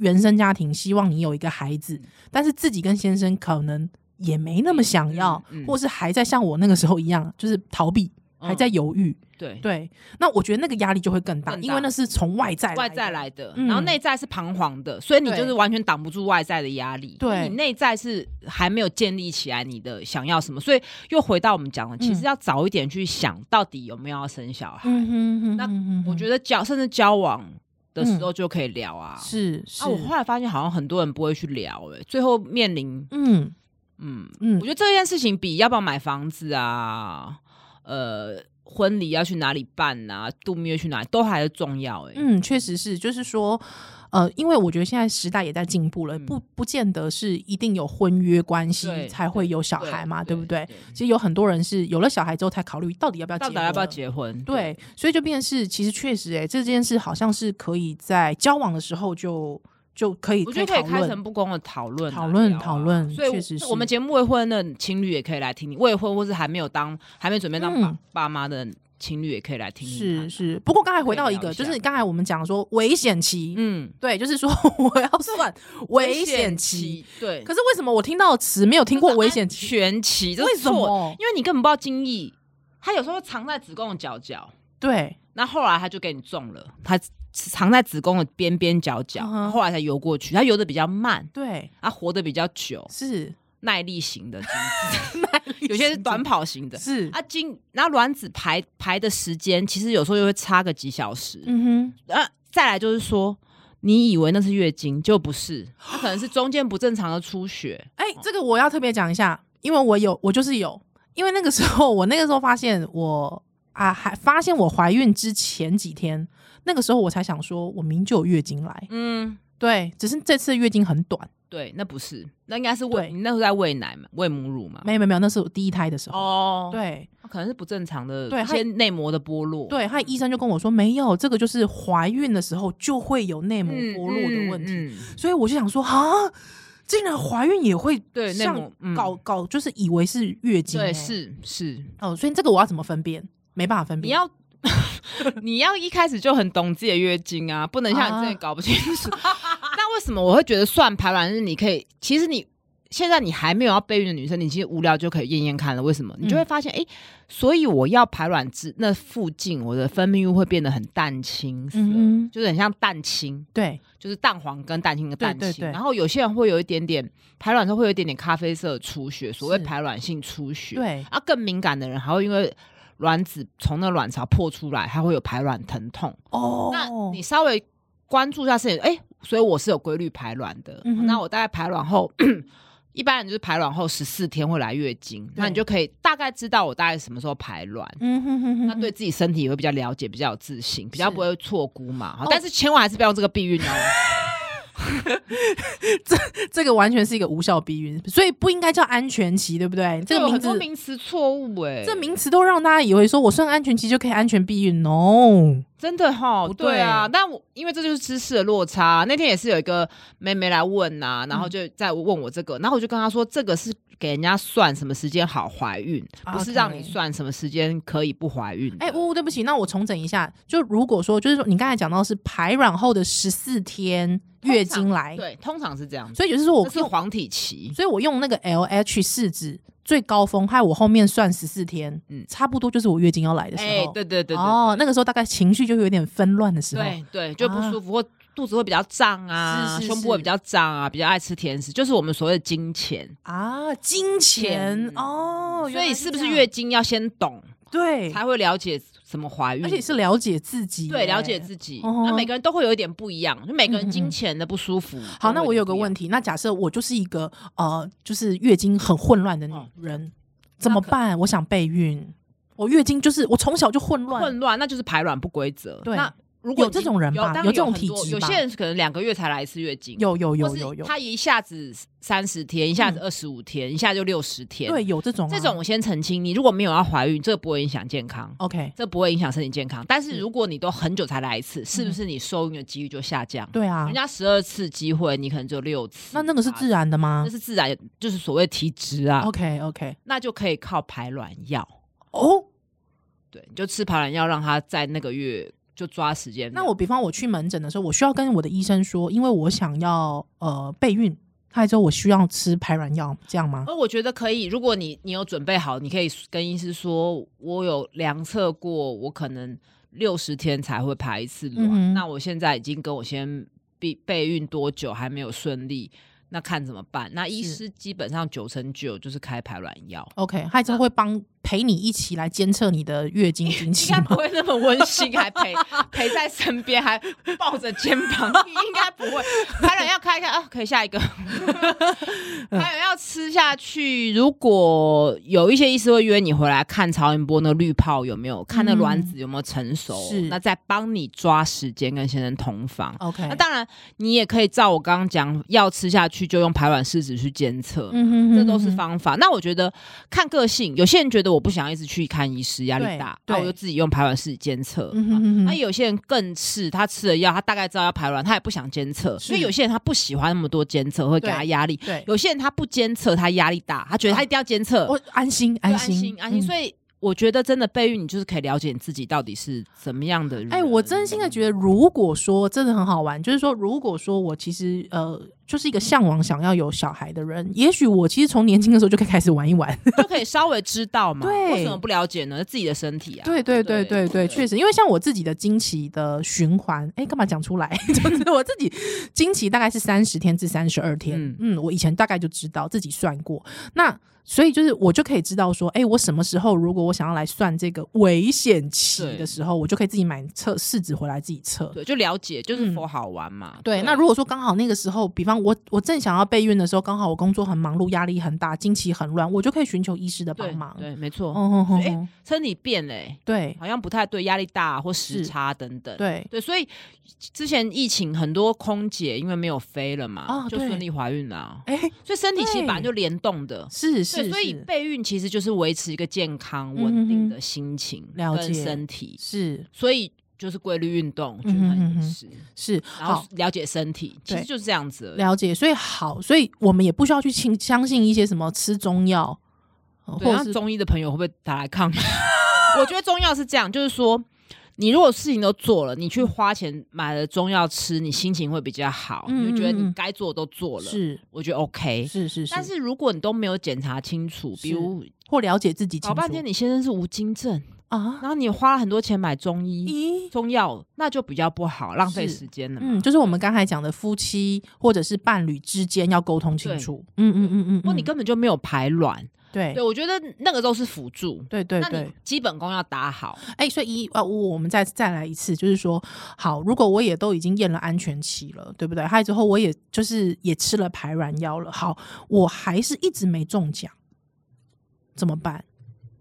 [SPEAKER 1] 原生家庭希望你有一个孩子，但是自己跟先生可能也没那么想要，
[SPEAKER 3] 嗯嗯嗯嗯
[SPEAKER 1] 或是还在像我那个时候一样，就是逃避，
[SPEAKER 3] 嗯
[SPEAKER 1] 还在犹豫。
[SPEAKER 3] 对
[SPEAKER 1] 对，那我觉得那个压力就会更大，
[SPEAKER 3] 更大
[SPEAKER 1] 因为那是从外在
[SPEAKER 3] 外在
[SPEAKER 1] 的。
[SPEAKER 3] 来的，
[SPEAKER 1] 嗯
[SPEAKER 3] 然后内在是彷徨的，所以你
[SPEAKER 1] 对
[SPEAKER 3] 就是完全挡不住外在的压力。
[SPEAKER 1] 对
[SPEAKER 3] 你内在是还没有建立起来你的想要什么，所以又回到我们讲的，其实要早一点去想到底有没有要生小孩。
[SPEAKER 1] 嗯哼哼，
[SPEAKER 3] 那
[SPEAKER 1] 那
[SPEAKER 3] 我觉
[SPEAKER 1] 得
[SPEAKER 3] 得交甚至交往的时候就可以聊啊。
[SPEAKER 1] 嗯是是
[SPEAKER 3] 啊，，我后来发现好像很多人不会去聊、欸，最后面临，
[SPEAKER 1] 嗯
[SPEAKER 3] 嗯，
[SPEAKER 1] 嗯
[SPEAKER 3] 我觉得这件事情比要不要买房子啊，呃，婚礼要去哪里办啊，度蜜月去哪里都还是重要、欸，哎，
[SPEAKER 1] 嗯，确实是，就是说，呃，因为我觉得现在时代也在进步了，
[SPEAKER 3] 嗯
[SPEAKER 1] 不不见得是一定有婚约关系
[SPEAKER 3] 对
[SPEAKER 1] 才会有小孩嘛，对不对？
[SPEAKER 3] 对
[SPEAKER 1] 其实有很多人是有了小孩之后才考虑到底要不要结
[SPEAKER 3] 到
[SPEAKER 1] 婚，
[SPEAKER 3] 底要不要结婚？
[SPEAKER 1] 对，所以就变成是，其实确实、欸，哎，这件事好像是可以在交往的时候就就可以，
[SPEAKER 3] 我觉得可以
[SPEAKER 1] 讨
[SPEAKER 3] 开
[SPEAKER 1] 论
[SPEAKER 3] 诚布公的讨论啊，
[SPEAKER 1] 讨论
[SPEAKER 3] 聊啊
[SPEAKER 1] 讨论
[SPEAKER 3] 所以
[SPEAKER 1] 确实是
[SPEAKER 3] 我们节目未婚的情侣也可以来听你，未婚或是还没有当还没准备当爸
[SPEAKER 1] 嗯
[SPEAKER 3] 爸妈的情侣也可以来听听看
[SPEAKER 1] 是
[SPEAKER 3] 啊
[SPEAKER 1] 是。不过刚才回到一
[SPEAKER 3] 可以聊
[SPEAKER 1] 个，
[SPEAKER 3] 一下
[SPEAKER 1] 就是刚才我们讲说危险期，
[SPEAKER 3] 嗯，
[SPEAKER 1] 对，就是说我
[SPEAKER 3] [laughs]
[SPEAKER 1] 要算危险期。，
[SPEAKER 3] 对，
[SPEAKER 1] 可是为什么我听到的词没有听过危险期？
[SPEAKER 3] 全期，这
[SPEAKER 1] 为
[SPEAKER 3] 是
[SPEAKER 1] 什
[SPEAKER 3] 错？
[SPEAKER 1] 么？
[SPEAKER 3] 因为你根本不知道精液，它有时候藏在子宫的角角，
[SPEAKER 1] 对，
[SPEAKER 3] 那后来它就给你中了，它藏在子宫的边边角角，
[SPEAKER 1] 嗯哼
[SPEAKER 3] 后来才游过去，它游的比较慢，
[SPEAKER 1] 对，
[SPEAKER 3] 它活得比较久，
[SPEAKER 1] 是
[SPEAKER 3] 耐力型的精子， [laughs] 有些是短跑型的。
[SPEAKER 1] 是，
[SPEAKER 3] 啊，精那卵子排排的时间，其实有时候又会差个几小时。
[SPEAKER 1] 嗯
[SPEAKER 3] 啊，再来就是说，你以为那是月经，就不是，它可能是中间不正常的出血。
[SPEAKER 1] 哼，哎、这个我要特别讲一下，因为我有，我就是有，因为那个时候我那个时候发现我啊，还发现我怀孕之前几天，那个时候我才想说，我明就有月经来，
[SPEAKER 3] 嗯，
[SPEAKER 1] 对，只是这次月经很短，
[SPEAKER 3] 对，那不是，那应该是喂
[SPEAKER 1] 对
[SPEAKER 3] 你那时候在喂奶嘛，喂母乳嘛。
[SPEAKER 1] 没有没有没有，那是我第一胎的时候，
[SPEAKER 3] 哦，，
[SPEAKER 1] 对
[SPEAKER 3] 可能是不正常的，
[SPEAKER 1] 对
[SPEAKER 3] 一
[SPEAKER 1] 它
[SPEAKER 3] 些内膜的剥落。
[SPEAKER 1] 对，他医生就跟我说，没有，这个就是怀孕的时候就会有内膜
[SPEAKER 3] 嗯，
[SPEAKER 1] 剥落的问题，
[SPEAKER 3] 嗯嗯
[SPEAKER 1] 所以我就想说啊。竟然怀孕也会
[SPEAKER 3] 对内
[SPEAKER 1] 像
[SPEAKER 3] 膜嗯
[SPEAKER 1] 搞搞，就是以为是月经欸、
[SPEAKER 3] 对，是是，
[SPEAKER 1] 哦，所以这个我要怎么分辨？没办法分
[SPEAKER 3] 你
[SPEAKER 1] 辨。 [laughs]
[SPEAKER 3] 要。你要一开始就很懂自己的月经啊，不能像你
[SPEAKER 1] 啊
[SPEAKER 3] 真的搞不清楚。 [laughs] 那为什么我会觉得算排卵日你可以？其实你现在你还没有要备孕的女生，你其实无聊就可以验验看了。为什么？你
[SPEAKER 1] 嗯
[SPEAKER 3] 就会发现，哎、所以我要排卵之那附近，我的分泌物会变得很淡青色，
[SPEAKER 1] 嗯哼
[SPEAKER 3] 就是很像蛋清，
[SPEAKER 1] 对
[SPEAKER 3] 就是蛋黄跟蛋清的蛋清。
[SPEAKER 1] 对对对
[SPEAKER 3] 然后有些人会有一点点排卵的时候会有一点点咖啡色的出血，所谓
[SPEAKER 1] 是
[SPEAKER 3] 排卵性出血。
[SPEAKER 1] 对
[SPEAKER 3] 啊，更敏感的人还会因为卵子从那卵巢破出来，还会有排卵疼痛。
[SPEAKER 1] 哦，
[SPEAKER 3] 那你稍微关注一下事情，哎、所以我是有规律排卵的。
[SPEAKER 1] 嗯哼
[SPEAKER 3] 那我大概排卵后，一般人就是排卵后十四天会来月经，那你就可以大概知道我大概什么时候排卵。
[SPEAKER 1] 嗯哼哼哼，
[SPEAKER 3] 那对自己身体也会比较了解，比较有自信，比较
[SPEAKER 1] 是
[SPEAKER 3] 不会错估嘛。好
[SPEAKER 1] 哦
[SPEAKER 3] 但是千万还是不要用这个避孕哦。
[SPEAKER 1] 这个完全是一个无效避孕，所以不应该叫安全期，对不对？ [laughs] 这
[SPEAKER 3] 有
[SPEAKER 1] 个名
[SPEAKER 3] 很多
[SPEAKER 1] 字，
[SPEAKER 3] 名词错误哎，
[SPEAKER 1] 这名词都让大家以为说我算安全期就可以安全避孕，no，
[SPEAKER 3] 真的哈
[SPEAKER 1] 不，
[SPEAKER 3] 对啊，
[SPEAKER 1] 对
[SPEAKER 3] 但我因为这就是知识的落差啊、那天也是有一个妹妹来问呐、然后就在问我这个，然后我就跟她说，这个是给人家算什么时间好怀孕，
[SPEAKER 1] 啊 OK
[SPEAKER 3] 不是让你算什么时间可以不怀孕的。
[SPEAKER 1] 哎，呜呜，对不起，那我重整一下，就如果说就是说你刚才讲到是排卵后的十四天
[SPEAKER 3] 常
[SPEAKER 1] 月经来，
[SPEAKER 3] 对，通常是这样子，
[SPEAKER 1] 所以就是说我
[SPEAKER 3] 这是
[SPEAKER 1] 用，
[SPEAKER 3] 黄体期，
[SPEAKER 1] 所以我用那个 LH 试纸最高峰，害我后面算十四天，
[SPEAKER 3] 嗯
[SPEAKER 1] 嗯，差不多就是我月经要来的时候，
[SPEAKER 3] 哎，对对对对，
[SPEAKER 1] 哦，那个时候大概情绪就有点纷乱的时候，
[SPEAKER 3] 对对，就不舒服、或肚子会比较胀啊，
[SPEAKER 1] 啊是是
[SPEAKER 3] 胸部会
[SPEAKER 1] 是
[SPEAKER 3] 比较胀啊，比较爱吃甜食，就是我们所谓的金钱。
[SPEAKER 1] 啊，金钱
[SPEAKER 3] 钱嗯
[SPEAKER 1] 哦，
[SPEAKER 3] 所
[SPEAKER 1] 原
[SPEAKER 3] 以
[SPEAKER 1] 来
[SPEAKER 3] 是不
[SPEAKER 1] 这
[SPEAKER 3] 是
[SPEAKER 1] 样
[SPEAKER 3] 月经要先懂，
[SPEAKER 1] 对？
[SPEAKER 3] 才会了解怎么怀孕？
[SPEAKER 1] 而且是了解自己，
[SPEAKER 3] 对，了解
[SPEAKER 1] 己。
[SPEAKER 3] 自己。
[SPEAKER 1] 哦
[SPEAKER 3] 那每个人都会有一点不一样，就每个人
[SPEAKER 1] 嗯
[SPEAKER 3] 金
[SPEAKER 1] 嗯
[SPEAKER 3] 钱的不舒服。
[SPEAKER 1] 好，那我有个问
[SPEAKER 3] 题，
[SPEAKER 1] 题，那假设我就是一个呃，就是月经很混乱的女
[SPEAKER 3] 哦
[SPEAKER 1] 人，怎么办？我想备孕，我月经就是我从小就混乱，
[SPEAKER 3] 混乱那就是排卵不规则。
[SPEAKER 1] 对
[SPEAKER 3] 那如果
[SPEAKER 1] 有这
[SPEAKER 3] 你
[SPEAKER 1] 种人
[SPEAKER 3] 有
[SPEAKER 1] 吧
[SPEAKER 3] 当然
[SPEAKER 1] 有这种
[SPEAKER 3] 很
[SPEAKER 1] 体
[SPEAKER 3] 多
[SPEAKER 1] 质
[SPEAKER 3] 有
[SPEAKER 1] 吧
[SPEAKER 3] 些人可能两个月才来一次月经，
[SPEAKER 1] 有有
[SPEAKER 3] 或
[SPEAKER 1] 有
[SPEAKER 3] 是
[SPEAKER 1] 有有，
[SPEAKER 3] 他一下子三十天，一下子
[SPEAKER 1] 嗯
[SPEAKER 3] 二十五天，一下就六十天。
[SPEAKER 1] 对，，有这种啊
[SPEAKER 3] 这种我先澄清，你如果没有要怀孕，这不会影响健康。
[SPEAKER 1] OK，
[SPEAKER 3] 这不会影响身体健康，但是
[SPEAKER 1] 是嗯
[SPEAKER 3] 如果你都很久才来一次，是不是你受孕的几率就下降？
[SPEAKER 1] 对啊
[SPEAKER 3] 人，家十二次机会，你可能只有六次。
[SPEAKER 1] 那那个是自
[SPEAKER 3] 然，
[SPEAKER 1] 然啊的吗
[SPEAKER 3] 那是自然，就是所谓体质啊。
[SPEAKER 1] ？OK OK，
[SPEAKER 3] 那就可以靠排卵药，
[SPEAKER 1] 哦，
[SPEAKER 3] 对，你就吃排卵药，让它在那个月就抓时间。
[SPEAKER 1] 那我比方我去门诊的时候，我需要跟我的医生说，因为我想要呃备孕，还有之后我需要吃排卵药，这样吗？
[SPEAKER 3] 而我觉得可以，如果你你有准备好，你可以跟医师说，我有量测过，我可能六十天才会排一次卵，
[SPEAKER 1] 嗯哼
[SPEAKER 3] 那我现在已经跟我先备备孕多久还没有顺利，那看怎么办？那医
[SPEAKER 1] 是
[SPEAKER 3] 师基本上九成九就是开排卵药。
[SPEAKER 1] OK，还有之后会帮陪你一起来监测你的月经经
[SPEAKER 3] [laughs] 应
[SPEAKER 1] 期
[SPEAKER 3] 该
[SPEAKER 1] 吗
[SPEAKER 3] 不？会那么温馨，还陪 [laughs] 陪在身边，还抱着肩膀，应该不会。排卵要开开啊，可以下一个。排卵要吃下去，如果有一些医师会约你回来看曹云波那绿泡有没有，看那卵子有没有成熟，
[SPEAKER 1] 是
[SPEAKER 3] 那再帮你抓时间跟先生同房。
[SPEAKER 1] OK，
[SPEAKER 3] 那当然，你也可以照我刚刚讲，药吃下去就用排卵试纸去监测。
[SPEAKER 1] 嗯哼哼
[SPEAKER 3] 这都是
[SPEAKER 1] 哼哼
[SPEAKER 3] 方法。那我觉得看个性，有些人觉得我不想一直去看医师，压力
[SPEAKER 1] 对
[SPEAKER 3] 大，那
[SPEAKER 1] 对
[SPEAKER 3] 我就自己用排卵试监测。啊
[SPEAKER 1] 嗯哼哼哼
[SPEAKER 3] 那有些人更是他吃了药，他大概知道要排卵，他也不想监测，
[SPEAKER 1] 是
[SPEAKER 3] 因为有些人他不喜欢那么多监测，会给
[SPEAKER 1] 对
[SPEAKER 3] 他压力。
[SPEAKER 1] 对，
[SPEAKER 3] 有些人他不监测，他压力大，他觉得他一定要监测，
[SPEAKER 1] 哦我安心
[SPEAKER 3] 对
[SPEAKER 1] 安
[SPEAKER 3] 安
[SPEAKER 1] 心嗯
[SPEAKER 3] 安心。所
[SPEAKER 1] 以
[SPEAKER 3] 以我觉得真的备孕，你就是可以了解你自己到底是怎么样的人。
[SPEAKER 1] 哎、我真心的觉得，如果说真的很好玩，就是说，如果说我其实呃，就是一个向往想要有小孩的人，也许我其实从年轻的时候就可以开始玩一玩。
[SPEAKER 3] 就可以稍微知道
[SPEAKER 1] [laughs]
[SPEAKER 3] 嘛，
[SPEAKER 1] 对
[SPEAKER 3] 为什么不了解呢？自己的身体啊，
[SPEAKER 1] 对对对对对，确
[SPEAKER 3] 实。
[SPEAKER 1] 实，因为像我自己的经期的循环，哎，干嘛讲出来？ [laughs] 就是我自己经期大概是三十天至三十二天，
[SPEAKER 3] 嗯
[SPEAKER 1] 嗯我以前大概就知道自己算过，那所以就是我就可以知道说，哎，我什么时候如果我想要来算这个危险期
[SPEAKER 3] 对
[SPEAKER 1] 的时候，我就可以自己买测试纸回来自己测。
[SPEAKER 3] 对，就了解，就是
[SPEAKER 1] 嗯
[SPEAKER 3] 否好玩嘛。
[SPEAKER 1] 对，那如果说刚好那个时候，比方我我正想要备孕的时候，刚好我工作很忙碌，压力很大，经期很乱，我就可以寻求医师的
[SPEAKER 3] 对
[SPEAKER 1] 帮忙。
[SPEAKER 3] 对，没错，
[SPEAKER 1] 嗯哼哼
[SPEAKER 3] 所以
[SPEAKER 1] 哼，
[SPEAKER 3] 身体变嘞、
[SPEAKER 1] 对
[SPEAKER 3] 好像不太对，压力大或时差等等。
[SPEAKER 1] 对
[SPEAKER 3] 对，所以之前疫情很多空姐因为没有飞了嘛，
[SPEAKER 1] 啊
[SPEAKER 3] 就
[SPEAKER 1] 对
[SPEAKER 3] 顺利怀孕啦、
[SPEAKER 1] 哎，
[SPEAKER 3] 所以身体其实
[SPEAKER 1] 对
[SPEAKER 3] 本来就联动的。
[SPEAKER 1] 是
[SPEAKER 3] 对，
[SPEAKER 1] 是，
[SPEAKER 3] 所以
[SPEAKER 1] 是
[SPEAKER 3] 备孕其实就是维持一个健康、
[SPEAKER 1] 嗯
[SPEAKER 3] 稳定
[SPEAKER 1] 哼哼
[SPEAKER 3] 的心情
[SPEAKER 1] 了
[SPEAKER 3] 跟
[SPEAKER 1] 解
[SPEAKER 3] 身体，
[SPEAKER 1] 是
[SPEAKER 3] 所以就是规律运动、
[SPEAKER 1] 嗯
[SPEAKER 3] 均
[SPEAKER 1] 哼哼
[SPEAKER 3] 衡饮
[SPEAKER 1] 哼
[SPEAKER 3] 食，
[SPEAKER 1] 是
[SPEAKER 3] 然后
[SPEAKER 1] 好
[SPEAKER 3] 了解身体，其实
[SPEAKER 1] 对
[SPEAKER 3] 就是这样子而已。
[SPEAKER 1] 了解，所以好，所以我们也不需要去轻相信一些什么吃中药，呃
[SPEAKER 3] 对，
[SPEAKER 1] 或
[SPEAKER 3] 那
[SPEAKER 1] 者是
[SPEAKER 3] 中医的朋友会不会打来抗议？ [laughs] 我觉得中药是这样，就是说，你如果事情都做了，你去花钱买了中药吃，你心情会比较好，
[SPEAKER 1] 嗯
[SPEAKER 3] 你会觉得
[SPEAKER 1] 嗯
[SPEAKER 3] 你
[SPEAKER 1] 嗯
[SPEAKER 3] 该做的都做了，
[SPEAKER 1] 是
[SPEAKER 3] 我觉得 OK。
[SPEAKER 1] 是是
[SPEAKER 3] 但
[SPEAKER 1] 是，
[SPEAKER 3] 是如果你都没有检查清楚，比
[SPEAKER 1] 是
[SPEAKER 3] 如
[SPEAKER 1] 或了解自己清
[SPEAKER 3] 搞
[SPEAKER 1] 楚
[SPEAKER 3] 半天你先生是无精症，
[SPEAKER 1] 啊，
[SPEAKER 3] 然后你花了很多钱买中医
[SPEAKER 1] 咦，
[SPEAKER 3] 中药，那就比较不好，浪费
[SPEAKER 1] 是
[SPEAKER 3] 时间了嘛。
[SPEAKER 1] 嗯，就是我们刚才讲的夫妻或者是伴侣之间要沟通清
[SPEAKER 3] 对
[SPEAKER 1] 楚，嗯嗯嗯嗯，
[SPEAKER 3] 或你
[SPEAKER 1] 嗯
[SPEAKER 3] 根本就没有排卵，
[SPEAKER 1] 对
[SPEAKER 3] 对我觉得那个都是辅助，
[SPEAKER 1] 对对
[SPEAKER 3] 那
[SPEAKER 1] 对
[SPEAKER 3] 你，基本功要打好。
[SPEAKER 1] 哎、所以一呃五，我们再再来一次，就是说，好，如果我也都已经验了安全期了，对不对？还有之后我也就是也吃了排卵药了，好，我还是一直没中奖，怎么办？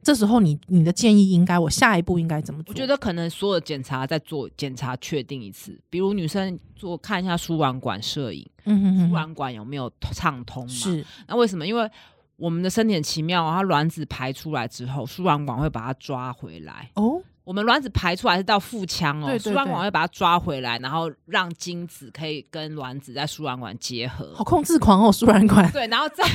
[SPEAKER 1] 这时候你你的建议应该，我下一步应该怎么做？
[SPEAKER 3] 我觉得可能所有检查再做检查确定一次，比如女生做看一下输卵管摄影，
[SPEAKER 1] 嗯哼
[SPEAKER 3] 输
[SPEAKER 1] 哼哼，
[SPEAKER 3] 卵管有没有畅通嘛？。
[SPEAKER 1] 是
[SPEAKER 3] 那为什么？因为我们的身体很奇妙啊，它卵子排出来之后，输卵管会把它抓回来。
[SPEAKER 1] 哦，
[SPEAKER 3] 我们卵子排出来是到腹腔
[SPEAKER 1] 对
[SPEAKER 3] 哦，
[SPEAKER 1] 对
[SPEAKER 3] 输卵
[SPEAKER 1] 对
[SPEAKER 3] 管会把它抓回来，然后让精子可以跟卵子在输卵管结合
[SPEAKER 1] 好。控制狂哦，输卵管
[SPEAKER 3] 对，然
[SPEAKER 1] [laughs]
[SPEAKER 3] 后再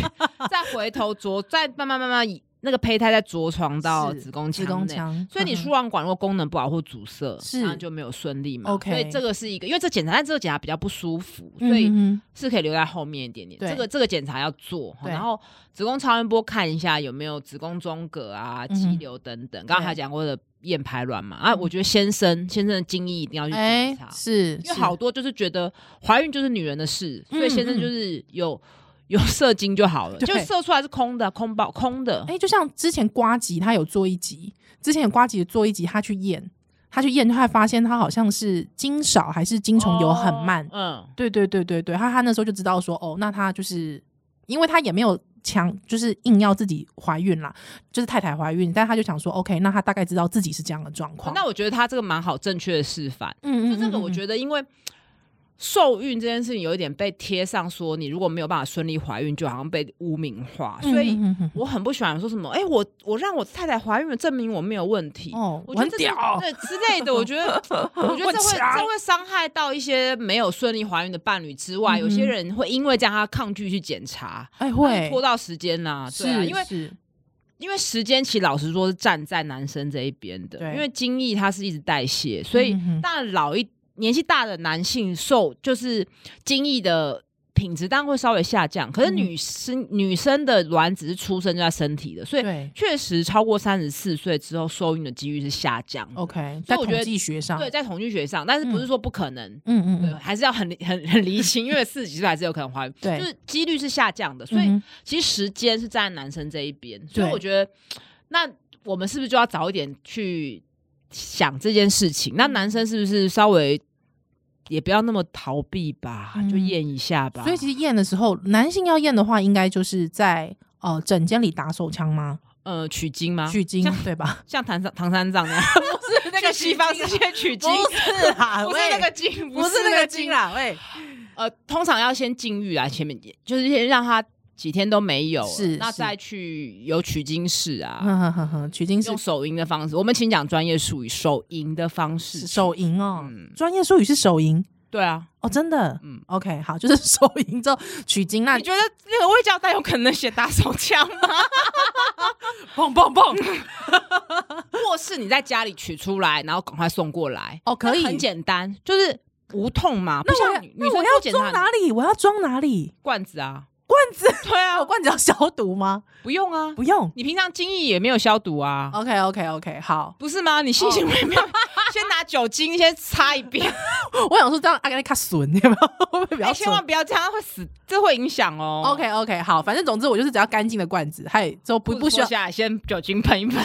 [SPEAKER 3] 再回头着，再慢慢慢慢那个胚胎再着床到
[SPEAKER 1] 是
[SPEAKER 3] 子宫
[SPEAKER 1] 子
[SPEAKER 3] 腔
[SPEAKER 1] 宫
[SPEAKER 3] 内
[SPEAKER 1] 腔，
[SPEAKER 3] 所以你
[SPEAKER 1] 嗯哼
[SPEAKER 3] 输卵管如果功能不好或阻塞，
[SPEAKER 1] 是
[SPEAKER 3] 那就没有顺利嘛。
[SPEAKER 1] OK
[SPEAKER 3] 所以这个是一个，因为这检查，但这个检查比较不舒服，所以
[SPEAKER 1] 嗯哼
[SPEAKER 3] 是可以留在后面一点点。
[SPEAKER 1] 对
[SPEAKER 3] 这个这个检查要做，哈
[SPEAKER 1] 对
[SPEAKER 3] 然后子宫超音波看一下有没有子宫中隔啊、
[SPEAKER 1] 嗯哼
[SPEAKER 3] 肌瘤等等。刚刚还讲过的验排卵嘛，啊，我觉得先生先生的精液一定要
[SPEAKER 1] 哼
[SPEAKER 3] 去
[SPEAKER 1] 哎、
[SPEAKER 3] 检查，
[SPEAKER 1] 是，
[SPEAKER 3] 因为
[SPEAKER 1] 是
[SPEAKER 3] 好多就是觉得怀孕就是女人的事，所以
[SPEAKER 1] 嗯
[SPEAKER 3] 先生就是有。有 [laughs] 射精就好了，
[SPEAKER 1] 对
[SPEAKER 3] 就射出来是空的，空包空的。
[SPEAKER 1] 哎、就像之前瓜吉他有做一集，之前有瓜吉做一集，他去验，他去验，他还发现他好像是精少还是精虫有很慢。
[SPEAKER 3] 哦
[SPEAKER 1] 对对对对对，他他那时候就知道说，哦，那他就是因为他也没有强，就是硬要自己怀孕啦，就是太太怀孕，但他就想说，OK，那他大概知道自己是这样的状
[SPEAKER 3] 嗯，
[SPEAKER 1] 况。
[SPEAKER 3] 那我觉得他这个蛮好，正确的示范。
[SPEAKER 1] 嗯
[SPEAKER 3] 就这个，我
[SPEAKER 1] 得
[SPEAKER 3] 觉得因为。受孕这件事情有一点被贴上说，你如果没有办法顺利怀孕，就好像被污名化，
[SPEAKER 1] 嗯
[SPEAKER 3] 所以我很不喜欢说什么，哎、我我让我太太怀孕了，证明我没有问题，
[SPEAKER 1] 哦，
[SPEAKER 3] 我
[SPEAKER 1] 我
[SPEAKER 3] 觉
[SPEAKER 1] 很
[SPEAKER 3] 得这是
[SPEAKER 1] 屌，
[SPEAKER 3] 对之类的，我觉
[SPEAKER 1] [laughs]
[SPEAKER 3] 得，我觉得这会
[SPEAKER 1] 我很强
[SPEAKER 3] 这会伤害到一些没有顺利怀孕的伴侣之外，
[SPEAKER 1] 嗯哼
[SPEAKER 3] 有些人会因为这样他抗拒去检查，
[SPEAKER 1] 哎
[SPEAKER 3] 他
[SPEAKER 1] 会
[SPEAKER 3] 就拖到时间呐、
[SPEAKER 1] 是
[SPEAKER 3] 对啊，因为
[SPEAKER 1] 是
[SPEAKER 3] 因为时间其实老实说是站在男生这一边的，
[SPEAKER 1] 对
[SPEAKER 3] 因为精液它是一直代谢，所以
[SPEAKER 1] 嗯哼
[SPEAKER 3] 当然老一年纪大的男性受就是精液的品质当然会稍微下降，可是
[SPEAKER 1] 嗯
[SPEAKER 3] 女生、女生的卵子是出生就在身体的，所以
[SPEAKER 1] 对
[SPEAKER 3] 确实超过三十四岁之后受孕的几率是下降的。
[SPEAKER 1] OK，在
[SPEAKER 3] 所以我
[SPEAKER 1] 统
[SPEAKER 3] 觉得
[SPEAKER 1] 计学上，
[SPEAKER 3] 对，在统计学上，但是不是说不可能。
[SPEAKER 1] 哦嗯嗯
[SPEAKER 3] 对，
[SPEAKER 1] 嗯，
[SPEAKER 3] 还是要很很很离清，因为四十几岁还是有可能怀孕，
[SPEAKER 1] 对
[SPEAKER 3] 就是几率是下降的，所以
[SPEAKER 1] 嗯哼
[SPEAKER 3] 其实时间是站在男生这一边，所以
[SPEAKER 1] 对
[SPEAKER 3] 我觉得，那我们是不是就要早一点去想这件事情？那男生是不是稍微也不要那么逃避吧，
[SPEAKER 1] 嗯
[SPEAKER 3] 就验一下吧？
[SPEAKER 1] 所以其实验的时候，男性要验的话，应该就是在呃诊间里打手枪吗？
[SPEAKER 3] 呃，取经吗？
[SPEAKER 1] 取精
[SPEAKER 3] 像
[SPEAKER 1] 对吧？
[SPEAKER 3] [laughs] 像唐三唐三藏那样， [laughs] 不是
[SPEAKER 1] 那个
[SPEAKER 3] 西方
[SPEAKER 1] 取
[SPEAKER 3] 世
[SPEAKER 1] 经
[SPEAKER 3] 界取经，啊
[SPEAKER 1] 是啦
[SPEAKER 3] 不是那个啊经，经
[SPEAKER 1] 啦，啊喂，
[SPEAKER 3] 呃，通常要先禁欲啊，前面就是先让他几天都没有了，
[SPEAKER 1] 是
[SPEAKER 3] 那
[SPEAKER 1] 是
[SPEAKER 3] 再去有取经室啊，
[SPEAKER 1] [laughs] 哼哼哼哼，取精是
[SPEAKER 3] 用手淫的方式。我们请讲专业术语，手淫的方式。
[SPEAKER 1] 手淫哦
[SPEAKER 3] 嗯，
[SPEAKER 1] 专业术语是手淫
[SPEAKER 3] 对啊，
[SPEAKER 1] 哦，真的，
[SPEAKER 3] 嗯
[SPEAKER 1] 嗯，OK，好，就是手淫之后取精，那
[SPEAKER 3] 你觉得
[SPEAKER 1] [laughs]
[SPEAKER 3] 那个卫教带有可能写打手枪吗？
[SPEAKER 1] 砰砰砰，
[SPEAKER 3] 或是你在家里取出来，然后赶快送过来，
[SPEAKER 1] 哦，可以。
[SPEAKER 3] 很简单，就是无痛嘛。不
[SPEAKER 1] 那我
[SPEAKER 3] 像
[SPEAKER 1] 要
[SPEAKER 3] 女女
[SPEAKER 1] 那
[SPEAKER 3] 生
[SPEAKER 1] 我
[SPEAKER 3] 多
[SPEAKER 1] 要
[SPEAKER 3] 简
[SPEAKER 1] 装
[SPEAKER 3] 单
[SPEAKER 1] 哪里？我要装哪里？
[SPEAKER 3] 罐子啊，
[SPEAKER 1] 罐子？
[SPEAKER 3] 对啊
[SPEAKER 1] 我，罐子要消毒吗？
[SPEAKER 3] 不用啊，
[SPEAKER 1] [laughs] 不用。哦
[SPEAKER 3] 你平常精液也没有消毒啊，
[SPEAKER 1] OK OK OK，好。 [laughs]
[SPEAKER 3] 不是吗？你性行为没有
[SPEAKER 1] 哦
[SPEAKER 3] 先拿酒精先擦一遍，
[SPEAKER 1] 我想说这样阿甘卡损，有没有？会不会比
[SPEAKER 3] 哎，
[SPEAKER 1] 较
[SPEAKER 3] 千
[SPEAKER 1] 损
[SPEAKER 3] 万不要这样，会死，这会影响哦。
[SPEAKER 1] ？OK OK，好，反正总之我就是只要干净的罐子，还之后不
[SPEAKER 3] 裤子
[SPEAKER 1] 不需要
[SPEAKER 3] 脱，下来先酒精喷一喷。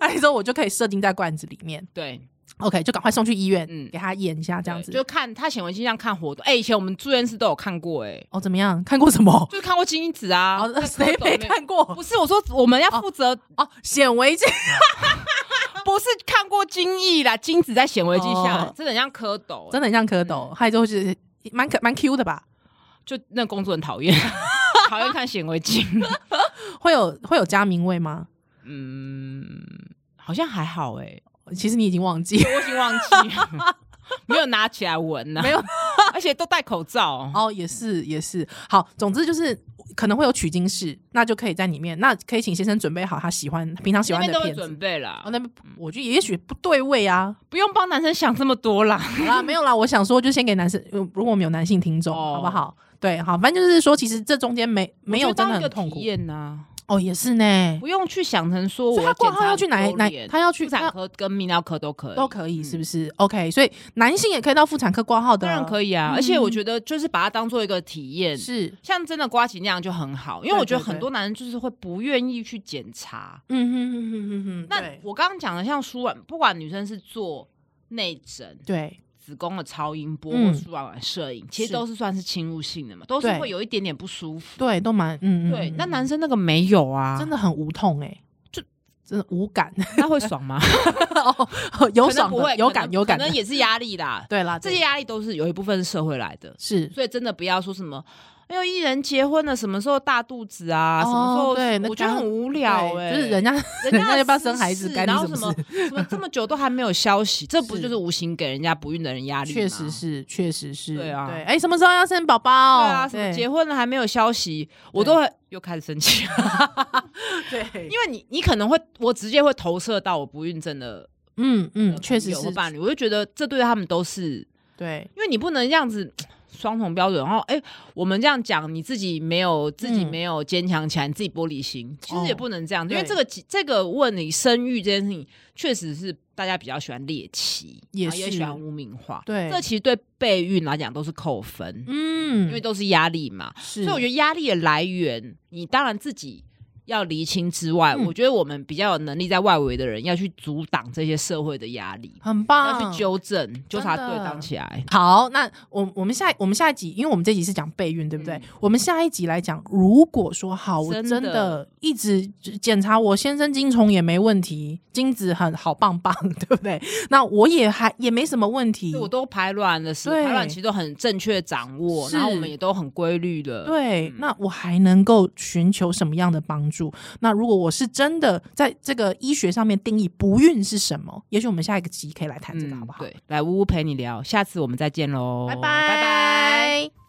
[SPEAKER 1] 还之后我就可以设定在罐子里面。
[SPEAKER 3] [laughs] 对，
[SPEAKER 1] OK，就赶快送去医院，
[SPEAKER 3] 嗯
[SPEAKER 1] 给他验一下这样子
[SPEAKER 3] 对。就看他显微镜上看活动。哎，以前我们住院室都有看过，哎，
[SPEAKER 1] 哦，怎么样？看过什么？
[SPEAKER 3] 就是看过精英子啊 [laughs]
[SPEAKER 1] 哦，，
[SPEAKER 3] 在
[SPEAKER 1] 谁
[SPEAKER 3] 蝌蚪
[SPEAKER 1] 没
[SPEAKER 3] 那
[SPEAKER 1] 看过？
[SPEAKER 3] 不是，我说我们要负责，
[SPEAKER 1] 哦，显微镜。
[SPEAKER 3] 不是看过精液啦，精子在显微镜下来
[SPEAKER 1] 哦，
[SPEAKER 3] 真的很像蝌蚪，
[SPEAKER 1] 真的很像蝌蚪，
[SPEAKER 3] 嗯
[SPEAKER 1] 还有就是蛮可蛮 Q 的吧，
[SPEAKER 3] 就那工作很讨厌， [laughs] 讨厌看显微镜。 [laughs]
[SPEAKER 1] 会有会有加名位吗？
[SPEAKER 3] 嗯，好像还好哎、
[SPEAKER 1] 其实你已经忘记
[SPEAKER 3] 我已经忘
[SPEAKER 1] [laughs]
[SPEAKER 3] 记了，没有拿起来闻呢、
[SPEAKER 1] 没有，
[SPEAKER 3] [laughs] 而且都戴口罩。
[SPEAKER 1] 哦，也是也是，好，总之就是可能会有取经室，那就可以在里面，那可以请先生准备好他喜欢平常喜
[SPEAKER 3] 那
[SPEAKER 1] 欢
[SPEAKER 3] 边
[SPEAKER 1] 的
[SPEAKER 3] 都有
[SPEAKER 1] 片子
[SPEAKER 3] 准。备嗯啦
[SPEAKER 1] 哦，，那边我觉得也许不对位啊。
[SPEAKER 3] 不用帮男生想这么多啦。
[SPEAKER 1] 好啦，没有啦，我想说就先给男生，呃如果我们有男性听众，
[SPEAKER 3] 哦
[SPEAKER 1] 好不好？对，好，反正就是说，其实这中间没没有
[SPEAKER 3] 就
[SPEAKER 1] 真
[SPEAKER 3] 当
[SPEAKER 1] 的
[SPEAKER 3] 一个
[SPEAKER 1] 很痛苦
[SPEAKER 3] 体验呐、
[SPEAKER 1] 哦，也是呢，
[SPEAKER 3] 不用去想成说
[SPEAKER 1] 所
[SPEAKER 3] 我
[SPEAKER 1] 以他挂
[SPEAKER 3] 检
[SPEAKER 1] 号
[SPEAKER 3] 查
[SPEAKER 1] 要去哪
[SPEAKER 3] 多
[SPEAKER 1] 哪
[SPEAKER 3] 严，
[SPEAKER 1] 他要去
[SPEAKER 3] 妇产
[SPEAKER 1] 他
[SPEAKER 3] 科跟泌尿科都可以，
[SPEAKER 1] 都可以，是不
[SPEAKER 3] 嗯？
[SPEAKER 1] 是？OK，所以男性也可以到妇产科挂号的，
[SPEAKER 3] 当然
[SPEAKER 1] 以，
[SPEAKER 3] 可以啊，而且我觉得就是把它当做一个体验，
[SPEAKER 1] 嗯是，
[SPEAKER 3] 像真的瓜吉那样就很好，因为我觉得
[SPEAKER 1] 对对
[SPEAKER 3] 很多男人就是会不愿意去检查，
[SPEAKER 1] 嗯哼哼哼哼哼，
[SPEAKER 3] 那
[SPEAKER 1] 对
[SPEAKER 3] 我刚刚讲的，像输卵，不管女生是做内诊、
[SPEAKER 1] 对
[SPEAKER 3] 子宫的超音波
[SPEAKER 1] 嗯
[SPEAKER 3] 或输卵管摄影，其实
[SPEAKER 1] 是
[SPEAKER 3] 都是算是侵入性的嘛，都是
[SPEAKER 1] 对
[SPEAKER 3] 会有一点点不舒服。
[SPEAKER 1] 对都蛮嗯，嗯
[SPEAKER 3] 对，
[SPEAKER 1] 嗯
[SPEAKER 3] 那
[SPEAKER 1] 嗯
[SPEAKER 3] 男生那个没有啊，
[SPEAKER 1] 真的很无痛哎、
[SPEAKER 3] 就
[SPEAKER 1] 真的无感， [laughs]
[SPEAKER 3] 他会爽吗？
[SPEAKER 1] 哦，有
[SPEAKER 3] 可能
[SPEAKER 1] 爽
[SPEAKER 3] 不会
[SPEAKER 1] 的，有
[SPEAKER 3] 可
[SPEAKER 1] 感
[SPEAKER 3] 能
[SPEAKER 1] 有感
[SPEAKER 3] 可
[SPEAKER 1] 的
[SPEAKER 3] 能，也是压力啦。
[SPEAKER 1] 对啦，
[SPEAKER 3] 这
[SPEAKER 1] 啊对
[SPEAKER 3] 些压力都是有一部分是社会来的，
[SPEAKER 1] 是
[SPEAKER 3] 所以真的不要说什么。哎呦，艺人结婚了，什么时候大肚子啊？什么时候？
[SPEAKER 1] 哦对那
[SPEAKER 3] 我觉得
[SPEAKER 1] 刚
[SPEAKER 3] 很无聊
[SPEAKER 1] 对
[SPEAKER 3] 哎、
[SPEAKER 1] 就是人家
[SPEAKER 3] 人
[SPEAKER 1] [laughs] 人家
[SPEAKER 3] 的
[SPEAKER 1] 要不要
[SPEAKER 3] 私
[SPEAKER 1] 生孩子
[SPEAKER 3] 事
[SPEAKER 1] 干你
[SPEAKER 3] 然后
[SPEAKER 1] 什么
[SPEAKER 3] 么什么这么久都还没有消息，这不
[SPEAKER 1] 是
[SPEAKER 3] 就是无形给人家不孕的人压力吗？
[SPEAKER 1] 确实是确实是，
[SPEAKER 3] 对啊
[SPEAKER 1] 对，哎，什么时候要生宝宝？
[SPEAKER 3] 对啊，什么
[SPEAKER 1] 哦对
[SPEAKER 3] 结婚 [laughs] 了还没有消息，我
[SPEAKER 1] 对
[SPEAKER 3] 都会又开始生气，
[SPEAKER 1] 对，因
[SPEAKER 3] [laughs] 因为你你可能会，我直接会投射到我不孕症的
[SPEAKER 1] 嗯
[SPEAKER 3] 呃
[SPEAKER 1] 嗯，确实
[SPEAKER 3] 朋友
[SPEAKER 1] 是
[SPEAKER 3] 或，伴侣，我就觉得这对他们都是，
[SPEAKER 1] 对
[SPEAKER 3] 因为你不能这样子双重标准，然后哎、我们这样讲你自己没有自己
[SPEAKER 1] 嗯
[SPEAKER 3] 没有坚强起来，你自己玻璃心，其实也
[SPEAKER 1] 哦
[SPEAKER 3] 不能这样，因为
[SPEAKER 1] 对
[SPEAKER 3] 这个这个问你生育这件事情，确实是大家比较喜欢猎奇，
[SPEAKER 1] 也
[SPEAKER 3] 然后也喜
[SPEAKER 1] 是
[SPEAKER 3] 欢污名化，
[SPEAKER 1] 对
[SPEAKER 3] 这其实对备孕来讲都是扣分，
[SPEAKER 1] 嗯，
[SPEAKER 3] 因为都是压力嘛，
[SPEAKER 1] 是，
[SPEAKER 3] 所以我觉
[SPEAKER 1] 得
[SPEAKER 3] 得压力的来源，你当然自己要厘清之外，
[SPEAKER 1] 嗯
[SPEAKER 3] 我觉得我们比较有能力在外围的人要去阻挡这些社会的压力，
[SPEAKER 1] 很
[SPEAKER 3] 要
[SPEAKER 1] 棒，
[SPEAKER 3] 去纠正，纠察队
[SPEAKER 1] 啊真的
[SPEAKER 3] 当起来。
[SPEAKER 1] 好，那我我们下我们下一集，因为我们这集是讲备孕，对不对？
[SPEAKER 3] 嗯
[SPEAKER 1] 我们下一集来讲，如果说好，我
[SPEAKER 3] 真
[SPEAKER 1] 真
[SPEAKER 3] 的
[SPEAKER 1] 的一直检查我先生精虫也没问题，精子很好棒棒， [laughs] 对不对？那我也还也没什么问题
[SPEAKER 3] 对，我都排卵了，
[SPEAKER 1] 嗯
[SPEAKER 3] 是
[SPEAKER 1] 对
[SPEAKER 3] 排卵其实都很正确掌握，
[SPEAKER 1] 是
[SPEAKER 3] 然后我们也都很规律的。
[SPEAKER 1] 对，
[SPEAKER 3] 嗯
[SPEAKER 1] 那我还能够寻求什么样的帮助？那如果我是真的在这个医学上面定义不孕是什么，也许我们下一
[SPEAKER 3] 嗯
[SPEAKER 1] 个集可以来谈这个，好不好？
[SPEAKER 3] 对，来呜呜陪你聊，下次我们再见喽，
[SPEAKER 1] 拜拜，
[SPEAKER 3] 哦拜拜。
[SPEAKER 1] 拜。